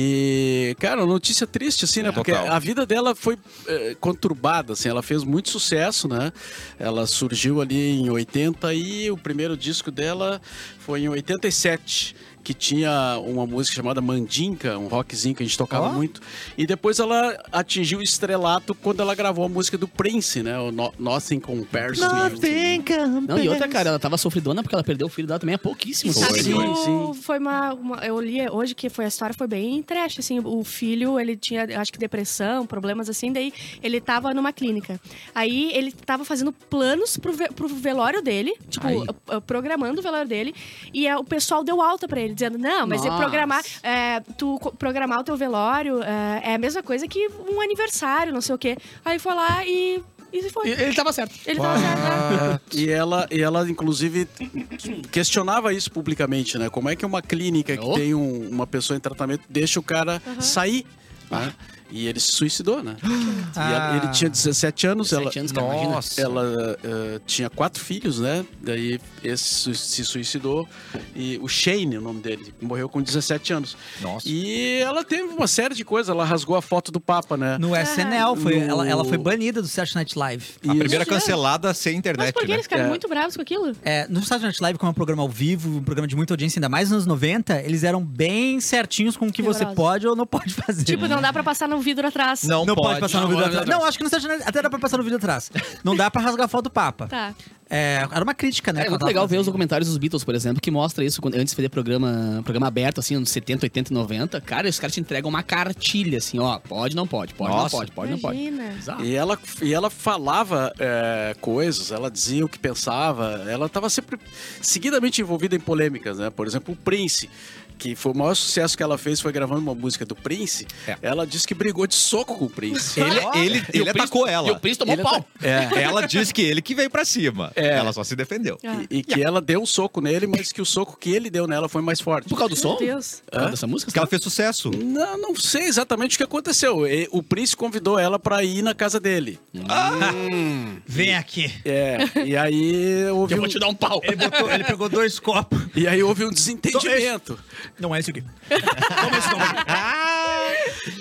S5: E, cara, uma notícia triste, assim, né? Porque
S1: Total.
S5: a vida dela foi eh, conturbada, assim. Ela fez muito sucesso, né? Ela surgiu ali em 80 e o primeiro disco dela foi em 87. Que tinha uma música chamada Mandinka, um rockzinho que a gente tocava
S3: Ó.
S5: muito. E depois ela atingiu o estrelato quando ela gravou a música do Prince, né? O No- Nothing Compares to You.
S2: Não, e outra, cara, ela tava sofridona porque ela perdeu o filho dela também há pouquíssimo.
S4: Sabe
S2: tempo.
S4: que
S5: foi,
S4: o-
S5: sim.
S4: foi uma, uma- Eu li hoje que foi a história foi bem trash, assim. O filho, ele tinha, acho que depressão, problemas assim. Daí ele tava numa clínica. Aí ele tava fazendo planos pro, ve- pro velório dele. Tipo,
S2: Ai.
S4: eh, eh, programando o velório dele. E eh, o pessoal deu alta pra ele, dizendo... Não, mas é
S2: Nossa.
S4: programar... eh, tu co- programar o teu velório eh, é a mesma coisa que um aniversário, não sei o quê. Aí foi lá e... E foi.
S2: E Ele tava certo.
S4: Ele tava certo, né?
S5: E ela, e ela, inclusive, questionava isso publicamente, né? Como é que uma clínica que
S2: Oh.
S5: tem um- uma pessoa em tratamento deixa o cara sair? né? E ele se suicidou, né? E
S3: Ah.
S5: ela- ele tinha 17 anos,
S2: 17
S5: ela,
S2: anos, cara, imagina.
S1: Nossa.
S5: ela eh, tinha quatro filhos, né? Daí esse su- se suicidou. E o Shane, o nome dele, morreu com 17 anos.
S1: Nossa.
S5: E ela teve uma série de coisas, ela rasgou a foto do Papa, né?
S3: No SNL, foi,
S5: No-
S3: ela, ela foi banida do Saturday Night Live.
S1: A
S5: E-
S1: primeira cancelada sem
S4: Mas
S1: internet,
S4: por que
S1: né?
S4: eles ficaram
S5: É.
S4: muito bravos com aquilo?
S3: É, no Saturday Night Live, como é um programa ao vivo, um programa de muita audiência, ainda mais nos anos 90, eles eram bem certinhos com o que você
S4: Rigorosos.
S3: pode ou não pode fazer.
S4: Tipo, não dá pra passar no vidro atrás.
S1: Não,
S3: Não pode, passar no
S1: não
S3: vídeo
S1: pode.
S3: atrás. Não, acho que no Saturday Night até dá pra passar no vídeo atrás. Não dá pra rasgar a foto do Papa.
S4: Tá.
S3: É, era uma crítica, né?
S2: É,
S3: que ela
S2: muito
S3: tava
S2: legal ver os
S3: fazendo.
S2: documentários dos Beatles, por exemplo, que mostra isso quando, antes de fazer programa, programa aberto, assim, nos 70, 80 e 90. Cara, os caras te entregam uma cartilha, assim, ó, pode, não pode, pode,
S1: Nossa.
S2: não pode, pode, não pode.
S4: Imagina.
S2: Bizarro.
S5: E ela, e ela falava é, coisas, ela dizia o que pensava, ela estava sempre seguidamente envolvida em polêmicas, né? Por exemplo, o Prince, que foi o maior sucesso que ela fez, foi gravando uma música do Prince.
S1: É.
S5: Ela disse que brigou de soco com o Prince.
S2: é.
S1: Ele, ele,
S2: E o
S1: ele
S2: Prince-
S1: atacou
S2: E o
S1: ela.
S2: Prince tomou
S5: Ele
S2: pau.
S5: ata- É.
S1: Ela disse que ele que veio pra cima. Ela só se defendeu.
S4: Ah,
S5: E, e que ela deu um soco nele, mas que o soco que ele deu nela foi mais forte.
S2: Por causa do som?
S4: Meu Deus.
S2: Por causa dessa música?
S1: Porque ela fez sucesso.
S5: Não, não sei exatamente o que aconteceu. E- O Prince convidou ela para ir na casa dele.
S3: Vem aqui.
S5: É, e aí houve
S2: Eu
S5: um,
S2: vou te dar um pau.
S3: Ele, botou- ele pegou dois copos.
S5: e aí houve um desentendimento.
S2: Então,
S3: Não é isso aqui.
S1: Ah!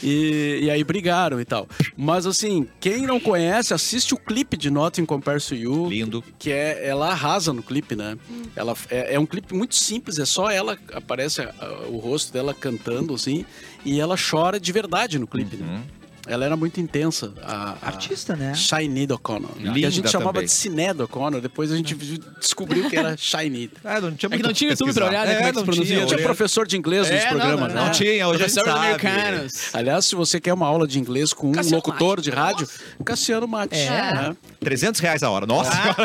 S5: E, e aí brigaram e tal. Mas assim, quem não conhece, assiste o clipe de Nothing Compares to You.
S1: Lindo.
S5: Que é, ela arrasa no clipe, né? Ela, é, é um clipe muito simples, é só ela, aparece ah, o rosto dela cantando, assim, e ela chora de verdade no clipe, né? Ela era muito intensa. A, a
S3: Artista, né?
S5: Shiny O'Connor. Que a
S1: Linda
S5: gente chamava
S1: também.
S5: de Ciné O'Connor, depois a gente descobriu que era Shiny.
S1: É, não tinha
S2: É que
S1: muito
S2: não tinha
S1: o que
S2: YouTube pra
S1: pesquisar.
S2: olhar, né, como é que
S1: não
S2: se pronuncia.
S1: tinha,
S5: Tinha
S1: olhando.
S5: professor de inglês nos
S2: É, não,
S5: programas,
S2: não,
S5: né?
S1: Não tinha, hoje a gente
S2: Professores
S1: sabe.
S2: americanos.
S5: Aliás, se você quer uma aula de inglês com um
S2: Cassiano
S5: locutor
S2: Mate.
S5: de rádio, Cassiano Mate.
S3: É.
S5: né?
S1: 300 reais a hora. Nossa
S2: Ah,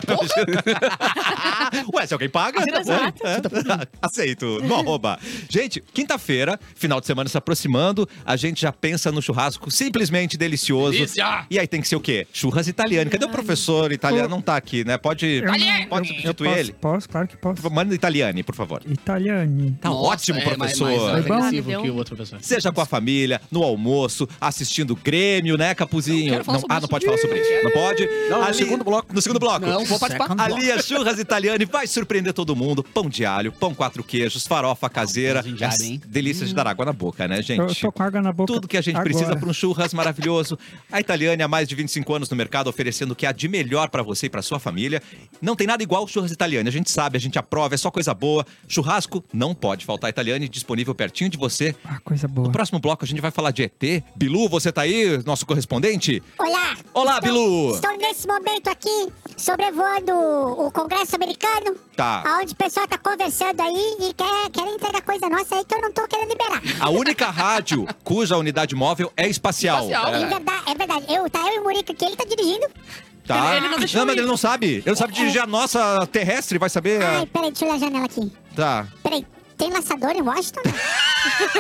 S1: senhora. Ué, se alguém paga, tá bom. É. Aceito. Não arroba. Gente, quinta-feira, final de semana se aproximando, a gente já pensa no churrasco simplesmente delicioso.
S2: Delícia!
S1: E aí tem que ser o quê? Churras italiano. Cadê o professor italiano? Não tá aqui, né? Pode,
S6: Italiani!
S1: pode
S6: Eu
S1: substituir
S6: posso,
S1: ele?
S6: posso, claro que posso.
S1: Manda italiani, por favor.
S6: Italiani.
S1: Tá
S2: Nossa,
S1: ótimo,
S2: é, mais-
S1: professor.
S2: Mais, mais
S6: Tá bom?
S2: agressivo que o outro professor.
S1: né? Seja com a família, no almoço, assistindo Grêmio, né, Capuzinho?
S2: Não quero falar
S1: Não-
S2: sobre
S1: ah, não
S2: isso.
S1: pode falar sobre isso. Não pode?
S5: Não, no
S1: Ali-
S5: segundo bloco.
S1: No segundo bloco.
S2: Não, vou participar.
S3: Second block.
S1: Ali a Churras Italiane vai surpreender todo mundo. Pão de alho, pão quatro queijos, farofa caseira.
S2: pãozinho de alho, hein?
S1: Delícia de dar água na boca, né,
S6: Eu
S1: gente?
S6: tô com água na boca.
S1: Tudo que a gente
S6: agora.
S1: precisa para um churras maravilhoso. A Italiane há mais de 25 anos no mercado, oferecendo o que há de melhor para você e para sua família. Não tem nada igual o churras Italiane. A gente sabe, a gente aprova, é só coisa boa. Churrasco não pode faltar. Italiane disponível pertinho de você.
S6: Ah, coisa boa.
S1: No próximo bloco a gente vai falar de ET. Bilu, você tá aí, nosso correspondente?
S7: Olá!
S1: Olá,
S7: estou,
S1: Bilu!
S7: Então, Estou nesse momento aqui sobrevoando o Congresso americano.
S1: Tá.
S7: Onde o pessoal tá conversando aí e quer, quer entregar coisa nossa aí que eu não tô querendo liberar.
S1: A única rádio cuja unidade móvel é espacial.
S2: Espacial.
S7: É verdade, é verdade. Eu, tá eu e o Murica aqui, ele tá dirigindo.
S1: Tá.
S4: Ele não deixou
S1: mas
S4: ir.
S1: ele não sabe. Ele não sabe dirigir a nossa terrestre, vai saber. a-
S7: Ai, peraí, deixa eu olhar a janela aqui.
S1: Tá.
S7: Peraí, tem lançador em Washington?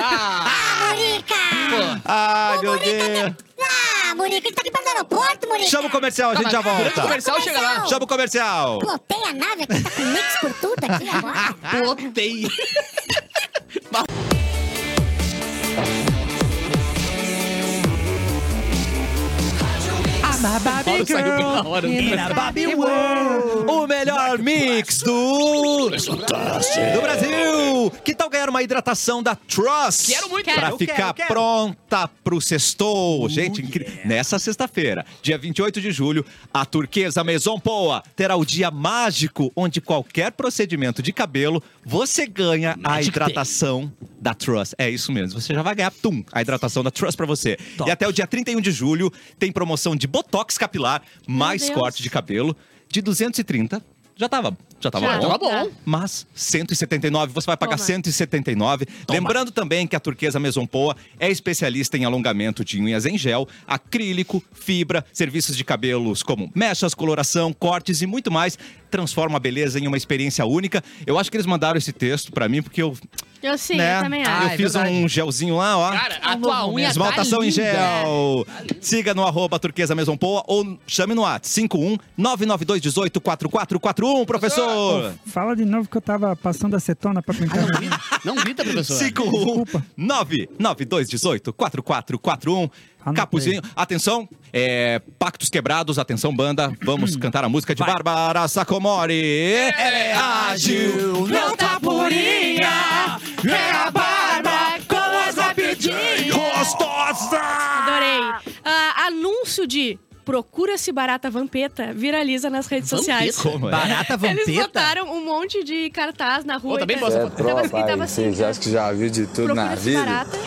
S7: ah, Murica!
S1: Ai, meu
S7: Murica,
S1: Deus.
S7: Ah, Murica, ele tá aqui perto do aeroporto, Murica!
S1: Chama o comercial, a gente já
S2: Durante o
S1: volta.
S2: comercial chega lá.
S1: Chama o comercial.
S7: Pô, tem a nave aqui, tá com mix por tudo aqui agora.
S2: Plotei. Paulo saiu bem na hora. né?
S3: In a Barbie World.
S1: O melhor mix do... do Brasil. Que tal ganhar uma hidratação da Trust?
S2: Quero muito.
S1: Pra
S3: Quero,
S1: ficar
S3: quero, quero.
S1: pronta pro sextou. Gente, incri- nessa sexta-feira, dia 28 de julho, a turquesa Maison Poa terá o dia mágico onde qualquer procedimento de cabelo, você ganha a
S2: Magic Day.
S1: hidratação da Trust. É isso mesmo. Você já vai ganhar, tum, a hidratação da Trust pra você.
S3: Top.
S1: E até o dia 31 de julho tem promoção de Botox capilar, mais
S4: Deus.
S1: corte de cabelo, de 230. Já tava, já tava
S4: Já.
S1: bom.
S2: Tava tá bom.
S4: Tá.
S1: Mas 179, você vai pagar
S4: Toma.
S1: 179. Lembrando também que a turquesa Maison Poa é especialista em alongamento de unhas em gel, acrílico, fibra, serviços de cabelos como mechas, coloração, cortes e muito mais. Transforma a beleza em uma experiência única. Eu acho que eles mandaram esse texto pra mim porque eu,
S4: Eu sim,
S1: né,
S4: eu também
S1: eu
S3: Ah,
S4: acho.
S3: é
S1: fiz
S3: verdade.
S1: um gelzinho lá, ó.
S2: Cara, a tua unha
S1: Esmaltação
S2: tá
S1: em
S2: linda.
S1: gel. Siga no arroba um turquesa Maison Poa ou chame no WhatsApp 51 992 18 4441, professor. um, professor!
S6: Fala de novo que eu tava passando acetona pra pintar. o vidro.
S5: Não grita, professor.
S1: 51992184441.
S6: Anotei.
S1: Capuzinho, atenção, é, pactos quebrados, atenção banda, vamos cantar a música de Bárbara Sacomori. Ela Hum. é ágil, não tá purinha, é a Bárbara com as rapidinhas. Gostosa!
S4: Adorei. Ah, anúncio de Procura-se Barata Vampeta viraliza nas redes sociais.
S1: Como é?
S3: Barata vampeta?
S4: Eles botaram um monte de cartaz na rua.
S2: Pô, tá bem
S4: e
S2: boa essa
S8: É
S4: tava- tava assim,
S8: tropa, aí,
S4: tava assim,
S8: vocês acham que é já viu de tudo na
S4: Procura-se
S8: vida?
S4: Barata,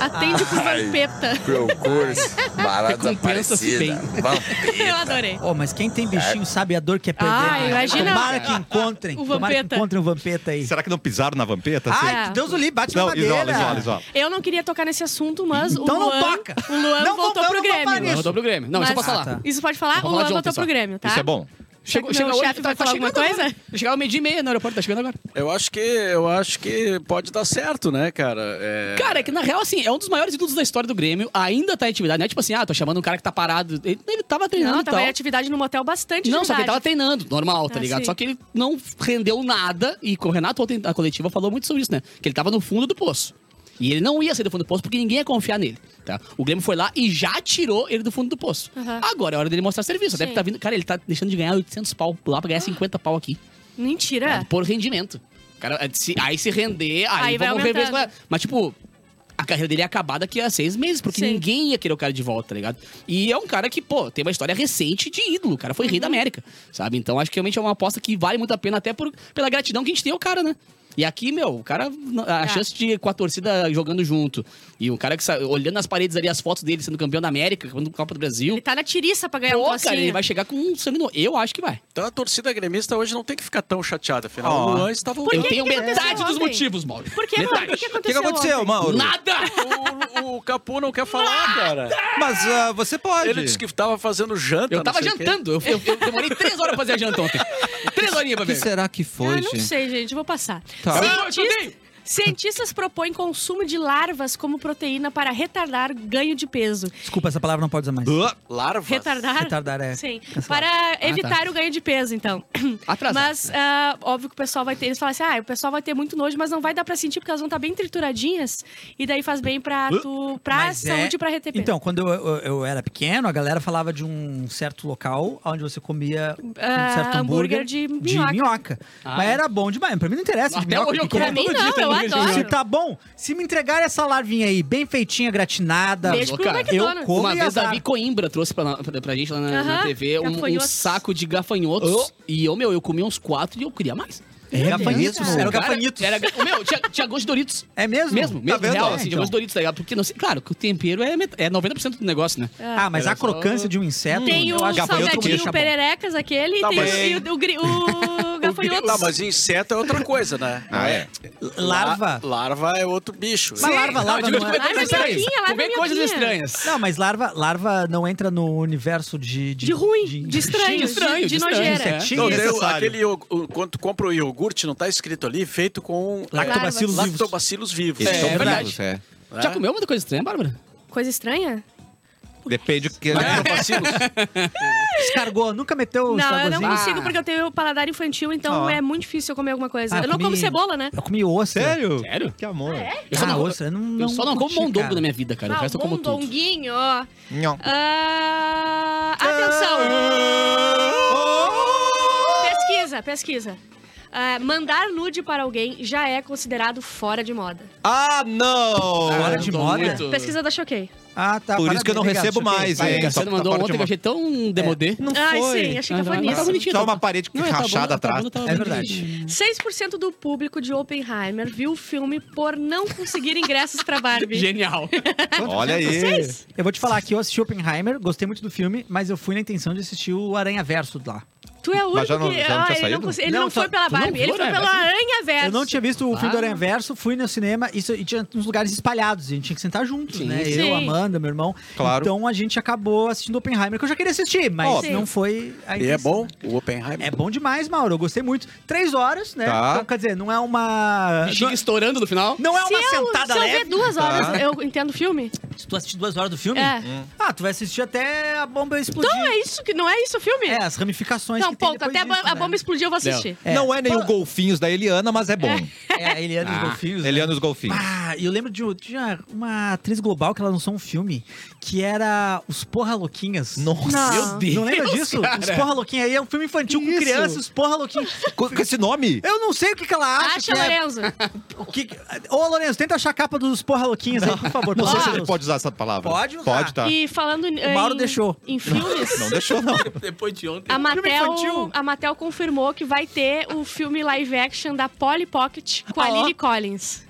S4: atende por Vampeta.
S8: Procure-se, barata
S2: Recompensa-se
S8: parecida.
S4: Eu adorei.
S3: Ó, mas quem tem bichinho sabe a dor que é perder.
S4: Ah,
S3: né?
S4: imagina-
S3: Tomara que encontrem.
S4: O
S3: Tomara que
S4: Vampeta.
S3: encontrem um vampeta aí.
S1: Será que não pisaram na vampeta? assim?
S3: Ai, que Deus o livre, bate na
S1: não,
S3: madeira.
S1: isola, isola, isola.
S4: Eu não queria tocar nesse assunto, mas
S3: Então
S4: o
S3: não
S4: Luan,
S3: toca.
S4: O Luan voltou
S3: Não vamos-
S4: pro
S3: não vamos falar
S4: Grêmio.
S3: nisso.
S2: Mandou pro Grêmio. Não, isso eu
S4: Mas-
S2: posso falar.
S3: Ah, tá.
S4: Isso pode falar?
S2: Vou
S4: O
S2: falar
S4: Luan
S2: de ontem
S4: voltou pro
S2: só.
S4: Grêmio, tá?
S1: Isso é bom.
S4: Meu chefe vai falar alguma
S2: tá chegando
S4: coisa?
S2: agora. Chegava meio dia e meia no aeroporto, tá chegando agora.
S5: Eu acho que eu acho que pode dar certo, né, cara? É...
S2: Cara, é que na real, assim, é um dos maiores ídolos da história do Grêmio. Ainda tá em atividade. Não é tipo assim, ah, tô chamando um cara que tá parado. Ele, ele tava treinando
S4: Não, é
S2: e
S4: tava
S2: tal.
S4: em atividade no motel bastante
S2: Então. Não,
S4: de
S2: só que ele tava
S4: idade.
S2: treinando, normal, tá
S4: Ah,
S2: ligado?
S4: sim.
S2: Só que ele não rendeu nada. E o Renato ontem, a coletiva, falou muito sobre isso, né? Que ele tava no fundo do poço. E ele não ia sair do fundo do poço porque ninguém ia confiar nele, tá? O Grêmio foi lá e já tirou ele do fundo do poço.
S4: Aham.
S2: Agora é hora dele mostrar serviço. Deve
S4: Sim. Ah.
S2: tá vindo... Cara, ele tá deixando de ganhar 800 pau lá pra ganhar 50 pau aqui.
S3: É,
S4: Mentira.
S3: então,
S2: Por rendimento. Cara, se- aí se render, aí,
S4: É. Aí vai
S2: vamos rever.
S4: aumentando.
S2: Mas, tipo, a carreira dele é acabada daqui a seis meses, porque
S4: Sim.
S2: ninguém ia querer o cara de volta, tá ligado? E é um cara que, pô, tem uma história recente de ídolo. O cara foi
S4: Uhum.
S2: rei da América, sabe? Então, acho que realmente é uma aposta que vale muito a pena, até por, pela gratidão que a gente tem ao cara, né? E aqui, meu, o cara, a
S4: É.
S2: chance de com a torcida jogando junto. E o cara que sa- olhando nas paredes ali as fotos dele sendo campeão da América, campeão da Copa do Brasil.
S4: Ele tá na tiriça pra ganhar um
S2: Pô,
S4: trocinho.
S2: cara, ele vai chegar com um sangue no. Eu acho que vai.
S5: Então a torcida gremista hoje não tem que ficar tão chateada, afinal o Luan estava
S4: Por
S2: eu
S4: que
S2: tenho
S4: que aconteceu
S2: metade dos
S4: ontem?
S2: motivos, Mauro.
S4: Por que, não?
S2: Metade.
S4: Por que aconteceu?
S1: O que, que aconteceu,
S4: ontem?
S1: Mauro?
S2: Nada!
S5: o, o Capu não quer falar, cara.
S1: Mas ah, você pode.
S5: Ele disse que tava fazendo janta.
S3: Tá,
S2: Eu
S5: não
S2: tava
S5: sei o quê.
S2: jantando. Eu, eu- eu demorei três horas pra fazer a janta ontem. Três horinhas pra
S1: O que
S2: ver.
S1: será que
S4: Ah,
S1: foi,
S4: não
S1: gente?
S4: sei, gente. Vou passar.
S1: Tá.
S4: Cientistas- Cientistas propõem consumo de larvas como proteína para retardar ganho de peso.
S3: Desculpa, essa palavra não pode usar mais.
S1: Ah,
S5: Larvas.
S4: Retardar?
S3: Retardar, é.
S4: Sim.
S3: Cancelado.
S4: Para
S3: tá.
S4: evitar o ganho de peso, então.
S2: Atrasado.
S4: Mas, ah, óbvio que o pessoal vai ter. Eles falam assim: ah, o pessoal vai ter muito nojo, mas não vai dar pra sentir porque elas vão estar bem trituradinhas. E daí faz bem pra, tu, pra
S3: Mas é-
S4: saúde e pra RTP.
S3: Então, quando eu, eu- eu era pequeno, a galera falava de um certo local onde você comia um
S4: Ah,
S3: certo hambúrguer,
S4: hambúrguer de minhoca.
S2: Ah.
S3: Mas era bom demais. Pra mim não interessa. de
S2: Até
S3: minhoca,
S2: hoje eu
S3: porque
S2: como
S4: mim
S2: todo dia.
S4: não, eu
S2: também,
S4: adoro.
S3: Se
S2: gente.
S3: tá bom, se me entregarem essa larvinha aí, bem feitinha, gratinada.
S4: Beijo pro
S2: cara,
S3: eu
S4: McDonald's.
S3: como
S2: Uma
S3: e
S2: vez
S3: azar.
S2: Davi Coimbra trouxe pra, pra, pra gente lá na, na
S4: Aham,
S2: TV um- um,
S4: gafanhotos.
S2: saco de gafanhotos.
S3: Oh.
S2: E eu, meu, eu comi uns quatro e eu queria mais.
S3: É
S4: Gafanhitos,
S3: mesmo? Era o
S2: Cara,
S3: gafanhito.
S2: Era, o meu, tinha, tinha gosto de Doritos.
S3: É mesmo?
S2: Mesmo,
S3: Tá
S2: mesmo,
S3: vendo?
S2: real,
S3: É,
S2: assim, tinha
S3: então.
S2: gosto de Doritos, tá ligado? Porque, não sei, claro, que o tempero é, met- é 90% do negócio, né?
S3: Ah, mas
S2: Era
S3: a crocância de um inseto.
S4: Tem
S3: eu
S4: o
S3: acho que
S1: gafanhoto
S4: salgadinho
S3: tá
S1: deixa bom.
S4: pererecas, aquele,
S5: Tá,
S4: e tem
S5: mas-
S4: o, e o, o, gri- o gafanhoto.
S5: Tá, mas inseto é outra coisa, né?
S1: Ah, é.
S3: Larva.
S5: La- larva é outro bicho.
S3: Mas larva,
S2: Não, eu
S3: larva
S2: digo
S3: não
S2: comer
S3: é.
S4: Larva
S2: coisas estranhas.
S4: minhoquinha, larva
S2: Comer coisas
S4: minhoquinha.
S2: estranhas.
S3: Não, mas larva, larva não entra no universo de...
S4: De ruim, de estranho, de,
S2: estranho, de
S4: de
S2: estranho,
S4: nojeira.
S2: é.
S5: Não, tem o,
S1: Necessário.
S5: aquele iog- o- quando tu compra o iogurte, não tá escrito ali, feito com
S3: Lactobacilos
S5: é,
S3: vivos.
S5: lactobacilos vivos.
S1: Eles
S2: É,
S1: são
S2: é verdade.
S1: vivos, é.
S5: né?
S2: Já comeu muita coisa estranha, Bárbara?
S4: Coisa estranha?
S1: Depende do que.
S5: Lactobacilos.
S3: Escargou, nunca meteu
S4: Não, eu
S3: escargozinho?
S4: não consigo porque eu tenho paladar infantil, então
S1: Ah.
S4: é muito difícil eu comer alguma coisa.
S3: Ah,
S4: eu não
S3: comi-
S4: como cebola, né?
S3: Eu comi ostra.
S1: Sério?
S2: Sério?
S1: Que amor.
S2: Eu só
S3: Ah,
S2: não,
S3: ostra, eu não,
S2: eu só não como
S3: curti,
S2: mondongo
S3: cara.
S2: na minha vida, cara. O
S4: Ah,
S2: resto eu como tudo.
S4: mondonguinho.
S1: Nham.
S4: Ah, atenção! Pesquisa, pesquisa. Ah, mandar nude para alguém já é considerado fora de moda.
S1: Ah, não!
S3: Fora de
S2: Mandou
S3: moda?
S2: é muito.
S4: Pesquisa da Choquei.
S3: Ah, tá.
S1: Por isso que eu não
S3: parabéns,
S1: recebo
S3: obrigado,
S1: mais,
S3: choquei.
S1: hein?
S2: Você
S1: Só
S2: não
S1: tá
S2: mandou
S1: fora de
S2: ontem que eu
S1: moda.
S2: achei tão demodê.
S1: Não
S4: Ai,
S1: foi.
S4: sim, achei que
S2: Ah,
S4: foi
S2: não,
S4: nisso.
S2: tá bonitinho,
S1: Só
S2: tá-
S1: uma parede
S2: Não, tá
S1: rachada
S2: bom, tá
S1: atrás.
S2: bom, tá bom,
S3: É
S2: tá bom.
S3: verdade.
S4: 6% do público de Oppenheimer viu o filme por não conseguir ingressos para Barbie.
S2: Genial.
S1: Olha aí.
S3: Eu vou te falar que eu assisti Oppenheimer, gostei muito do filme, mas eu fui na intenção de assistir o Aranha Verso lá.
S4: Tu é o único
S1: Mas já não- já
S4: que...
S1: não tinha
S4: ele não,
S1: saído?
S4: cons- ele
S3: Não,
S4: não,
S3: só-
S4: foi pela
S2: tu não
S4: Barbie, ele
S2: viu,
S4: foi
S2: né?
S4: pela Aranha Verso.
S3: Eu não tinha visto o fim
S2: Ah.
S3: do Aranha Verso, fui no cinema e, isso- e tinha uns lugares espalhados, e a gente tinha que sentar junto,
S2: Sim.
S3: né?
S4: Sim.
S3: Eu, Amanda, meu irmão.
S1: Claro.
S3: Então a gente acabou assistindo Oppenheimer, que eu já queria assistir, mas
S1: Óbvio.
S3: não foi a
S5: E é
S3: intenção.
S5: bom o Oppenheimer.
S3: É bom demais, Mauro. Eu gostei muito. Três horas, né?
S1: Tá.
S3: Então, quer dizer, não é uma.
S2: Bexiga estourando no final.
S3: Não é
S4: Se
S3: uma
S4: eu,
S3: sentada
S4: se eu ver
S3: leve. Tá.
S4: duas horas, eu entendo o filme.
S3: Se tu assistir duas horas do filme,
S4: É.
S3: ah, tu vai assistir até a bomba explodir.
S4: Não Então é isso que não é isso o filme?
S3: É, as ramificações
S4: Não,
S3: que
S4: ponto. Até a,
S3: depois
S4: bo-
S3: disso,
S4: a
S3: né?
S4: bomba explodiu, eu vou assistir.
S3: É.
S1: Não é nem o Golfinhos da Eliana, mas é bom.
S3: É, a Eliana dos
S1: Ah,
S3: Golfinhos. né?
S1: Eliana e os Golfinhos.
S3: Ah, e eu lembro de, um- de uma, uma atriz global que ela lançou um filme que era Os Porra Louquinhas.
S1: Nossa,
S4: Não.
S1: meu Deus.
S3: Não lembra disso? Os Porra Louquinhas. Aí é um filme infantil com
S1: Isso.
S3: crianças, Os Porra Louquinhas.
S1: Com, com esse nome?
S3: Eu não sei o que, que ela acha.
S4: Acha,
S3: que é-
S4: Lorenzo.
S3: o que- Ô, Lourenço, tenta achar a capa dos Porra Louquinhas aí, por favor.
S1: Não sei
S3: pelo
S1: se
S3: amor
S1: ele
S3: de
S1: pode usar essa palavra.
S3: Pode usar.
S1: Pode, tá.
S4: E falando em,
S3: O Mauro
S4: em-
S3: deixou.
S4: em filmes,
S1: Não deixou, não.
S2: Depois de ontem.
S4: a Mattel,
S3: infantil.
S4: a Mattel confirmou que vai ter o filme live action da Polly Pocket com a
S3: Ah, ó.
S4: Lily Collins.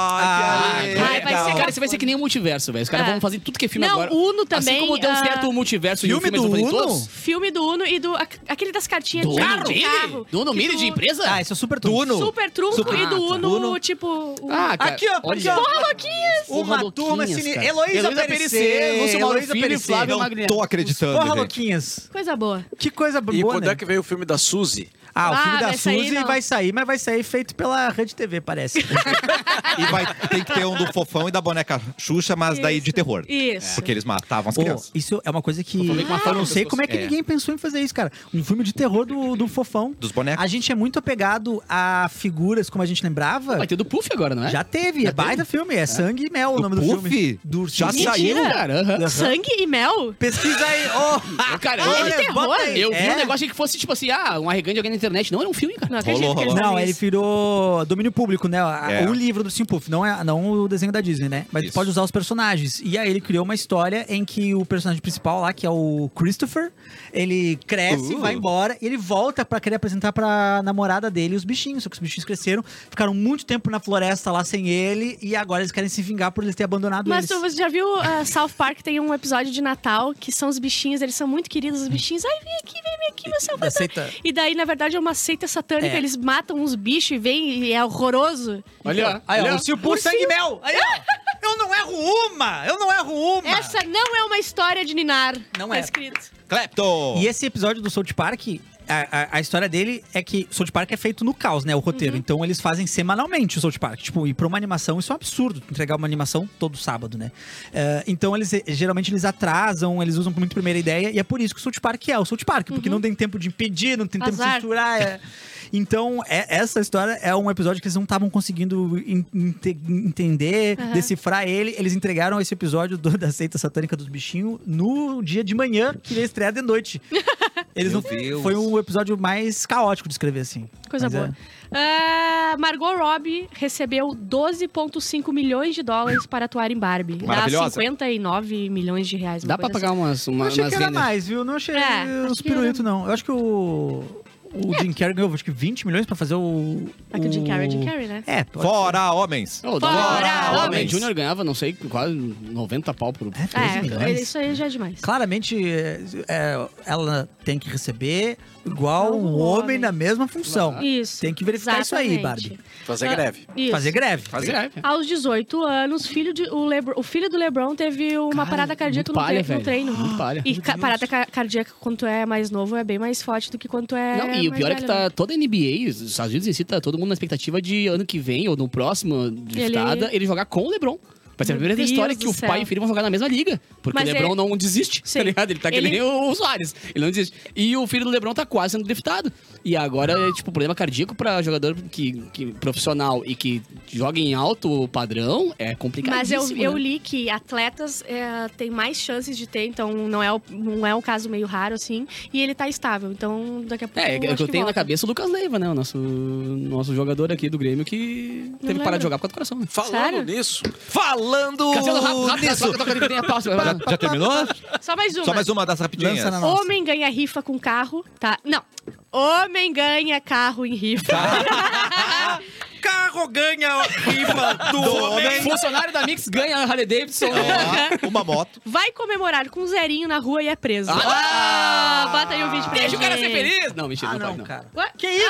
S1: Ah, que
S4: Ai, vai
S1: legal.
S4: ser
S2: Cara, isso vai ser que nem o multiverso, velho. Os caras
S4: É.
S2: vão fazer tudo que é filme
S4: Não,
S2: agora.
S4: Uno também,
S2: Assim como deu
S4: ah,
S2: certo o multiverso e o
S1: filme
S2: filme
S1: do
S2: eles vão fazer
S1: Uno?
S2: todos.
S4: Filme do Uno e do. ac- Aquele das cartinhas
S2: Do
S4: de
S2: Uno
S4: de
S2: Mini?
S4: carro.
S2: Do Uno
S4: Que
S2: Mini de empresa?
S3: Ah, isso é super
S1: Do
S3: truque.
S1: Uno.
S4: Super trunco
S1: Super-
S4: e do
S1: Ah, tá.
S4: Uno,
S1: Uno.
S4: tipo. um-
S2: Ah, cara,
S3: Aqui, ó, aqui,
S2: olha.
S3: ó.
S4: Porra, louquinhas!
S3: Uma
S2: Porra
S3: turma
S2: Louquinhas,
S3: cine...
S2: cara.
S3: Heloísa
S2: Heloísa Perecer,
S3: Perecer,
S2: Lúcio Mauro
S3: Heloísa
S2: Filho e
S3: Perecer.
S2: Flávio
S3: Os
S1: Não
S2: Magrini.
S1: tô acreditando,
S3: Porra
S1: gente.
S3: Louquinhas.
S4: Coisa boa.
S3: Que coisa boa,
S5: E quando
S3: né?
S5: é que veio o filme da Suzy?
S3: Ah, o
S4: Ah,
S3: filme da
S4: vai sair,
S3: Suzy
S4: não.
S3: vai sair, mas vai sair feito pela Rede TV, parece.
S1: E vai, tem que ter um do Fofão e da boneca Xuxa, mas daí de terror.
S4: Isso.
S1: Porque eles matavam as
S3: Pô,
S1: crianças.
S3: isso é uma coisa que.
S2: falei com uma
S3: eu
S2: faca
S3: não
S2: no
S3: sei
S2: pescoço.
S3: como é que
S2: É.
S3: ninguém pensou em fazer isso, cara. Um filme de terror do, do fofão.
S1: Dos bonecos.
S3: A gente é muito apegado a figuras como a gente lembrava.
S2: Vai ter do Puff agora,
S1: né?
S2: não é?
S3: Já teve, é baita filme. É Sangue e Mel o
S1: Do
S3: nome do
S1: Puff?
S3: filme. Do
S1: Já
S3: ursinho.
S1: saiu?
S2: Mentira, cara. aham.
S3: Aham.
S4: Sangue e mel?
S3: Pesquisa aí. Oh,
S2: Cara,
S3: Olha,
S2: eu-
S4: terror?
S3: bota aí.
S2: eu vi
S3: É.
S2: um negócio achei que fosse, tipo assim, ah, um arregante de alguém na internet. Não, era um filme, cara.
S4: Não acredito
S1: Rolou,
S4: que eles
S1: rolou.
S3: Não,
S4: fazem
S3: ele
S4: isso.
S3: virou domínio público, né? A-
S1: É.
S3: O livro do Simpuff, não, é, não o desenho da Disney, né? Mas tu
S1: Isso.
S3: pode usar os personagens. E aí ele criou uma história em que o personagem principal lá, que é o Christopher, ele cresce,
S1: Uh.
S3: vai embora, e ele volta pra querer apresentar pra namorada dele os bichinhos. Só que os bichinhos cresceram, ficaram muito tempo na floresta lá sem ele, e agora eles querem se vingar por ele ter abandonado
S4: Mas tu-
S3: eles.
S4: você já viu ah, South Park? Tem um episódio de Natal que são os bichinhos, eles são muito queridos, os bichinhos. Ai, vem aqui, vem, vem aqui, meu
S3: Da
S4: salvador.
S3: seita.
S4: E daí, na verdade, é uma seita satânica,
S3: É.
S4: eles matam uns bichos e vem e é horroroso.
S2: Olha,
S3: Aí,
S2: olha.
S3: ó, o Simpuff sangue e mel. Aí, ó, eu não erro uma! Eu não erro uma!
S4: Essa não é uma história de Ninar.
S3: Não
S4: tá
S3: é.
S4: escrito.
S1: Clapton!
S3: E é- esse episódio do South Park, a, a, a história dele é que o South Park é feito no caos, né? O roteiro. Então eles fazem semanalmente o South Park. Tipo, e pra uma animação, isso é um absurdo. tu Entregar uma animação todo sábado, né? Eh, então eles eh, geralmente eles atrasam, eles usam muito primeira ideia. E é por isso que o South Park é o South Park. Porque não tem tempo de impedir, não tem tempo de
S4: Azar.
S3: censurar. é. Então, é- essa história é um episódio que eles não estavam conseguindo en- ente- entender,
S4: Aham.
S3: decifrar ele. Eles entregaram esse episódio do- da seita satânica dos bichinhos no dia de manhã, que ia estrear de noite. Eles
S1: Meu
S3: não,
S1: Deus.
S3: Foi um episódio mais caótico de escrever, assim.
S4: Coisa
S3: Mas é.
S4: boa. Ah, Margot Robbie recebeu 12,5 milhões de dólares para atuar em Barbie. Dá
S1: Maravilhosa.
S4: 59 milhões de reais. uma
S2: Dá pra
S4: coisa assim.
S2: pagar umas,
S3: Eu
S2: uma,
S3: achei
S2: umas
S3: que era
S2: rendas.
S3: mais, viu? Não achei
S4: É,
S3: os
S4: acho que-
S3: pirulitos, não. Eu acho que o, o Jim Carrey ganhou, acho que 20 milhões pra fazer o...
S2: um
S4: Ah, que o Jim Carrey é Jim Carrey, né?
S3: É, pode
S1: Fora homens!
S2: Oh,
S4: Fora,
S2: Fora,
S1: homens.
S2: Júnior ganhava, não sei, quase 90 pau por...
S3: ser. É, 13 milhões.
S4: É, isso aí já é demais.
S3: Claramente, é, é, ela tem que receber igual
S4: Um
S3: um homem,
S4: homem.
S3: na mesma função.
S4: Isso.
S3: Tem que verificar isso aí,
S4: exatamente.
S3: Barbie.
S5: Fazer
S4: Ah,
S5: greve.
S4: Isso.
S3: Fazer greve.
S2: Fazer greve.
S4: Aos 18 anos, filho de- o, Lebr- o filho do Lebron teve uma
S2: Cara,
S4: parada cardíaca
S2: muito
S4: no,
S2: palha,
S4: tre- no
S2: velho.
S4: treino.
S2: Muito palha.
S4: E ca- parada ca- cardíaca, quando tu é mais novo, é bem mais forte do que quando tu é.
S2: Não, e o
S4: mais
S2: pior é que
S4: velho, né?
S2: tá toda a NBA, os Estados Unidos em si, tá todo mundo na expectativa de ano que vem, ou no próximo draftada, ele, jogar com o LeBron. Vai ser a
S4: Meu
S2: primeira da
S4: Deus
S2: história que
S4: do
S2: o
S4: céu.
S2: pai e o filho vão jogar na mesma liga. Porque
S4: Mas
S2: o LeBron
S4: ele-
S2: não desiste,
S4: Sim.
S2: tá ligado? Ele tá que
S4: Ele-
S2: nem o Soares. Ele não desiste. E o filho do LeBron tá quase sendo draftado. E agora, é, tipo, problema cardíaco pra jogador que, que- profissional e que joga em alto padrão é complicado.
S4: Mas eu,
S2: né?
S4: eu li que atletas é, têm mais chances de ter, então não é, o- não é um caso meio raro, assim. E ele tá estável, então daqui a pouco.
S2: É, é que eu
S4: acho
S2: tenho na
S4: volta.
S2: cabeça o Lucas Leiva, né? O nosso, nosso jogador aqui do Grêmio que teve que parar
S4: lembro.
S2: de jogar por causa do coração, né?
S5: Falando
S4: Sério?
S5: nisso,
S1: Falando
S2: Cassiano, rápido, rápido,
S1: nisso.
S2: rápido, rápido, que tem a próxima.
S1: Já, já terminou?
S4: Só mais uma.
S1: Só mais uma das rapidinhas.
S3: Lança na nossa.
S4: Homem ganha rifa com carro, tá? Não. Homem ganha carro em rifa.
S2: Tá.
S3: Carro ganha rifa
S1: Do homem.
S2: Funcionário da Mix ganha a Harley Davidson.
S1: Ó, uma moto.
S4: Vai comemorar com um zerinho na rua e é preso.
S2: Ah!
S4: Ah, bota aí o vídeo pra
S2: Deixa o cara ser
S4: gente.
S2: feliz. Não, mentira,
S3: Ah,
S2: não, pode,
S3: não,
S2: não.
S3: cara.
S4: Ué? Ah, é?
S3: Que isso,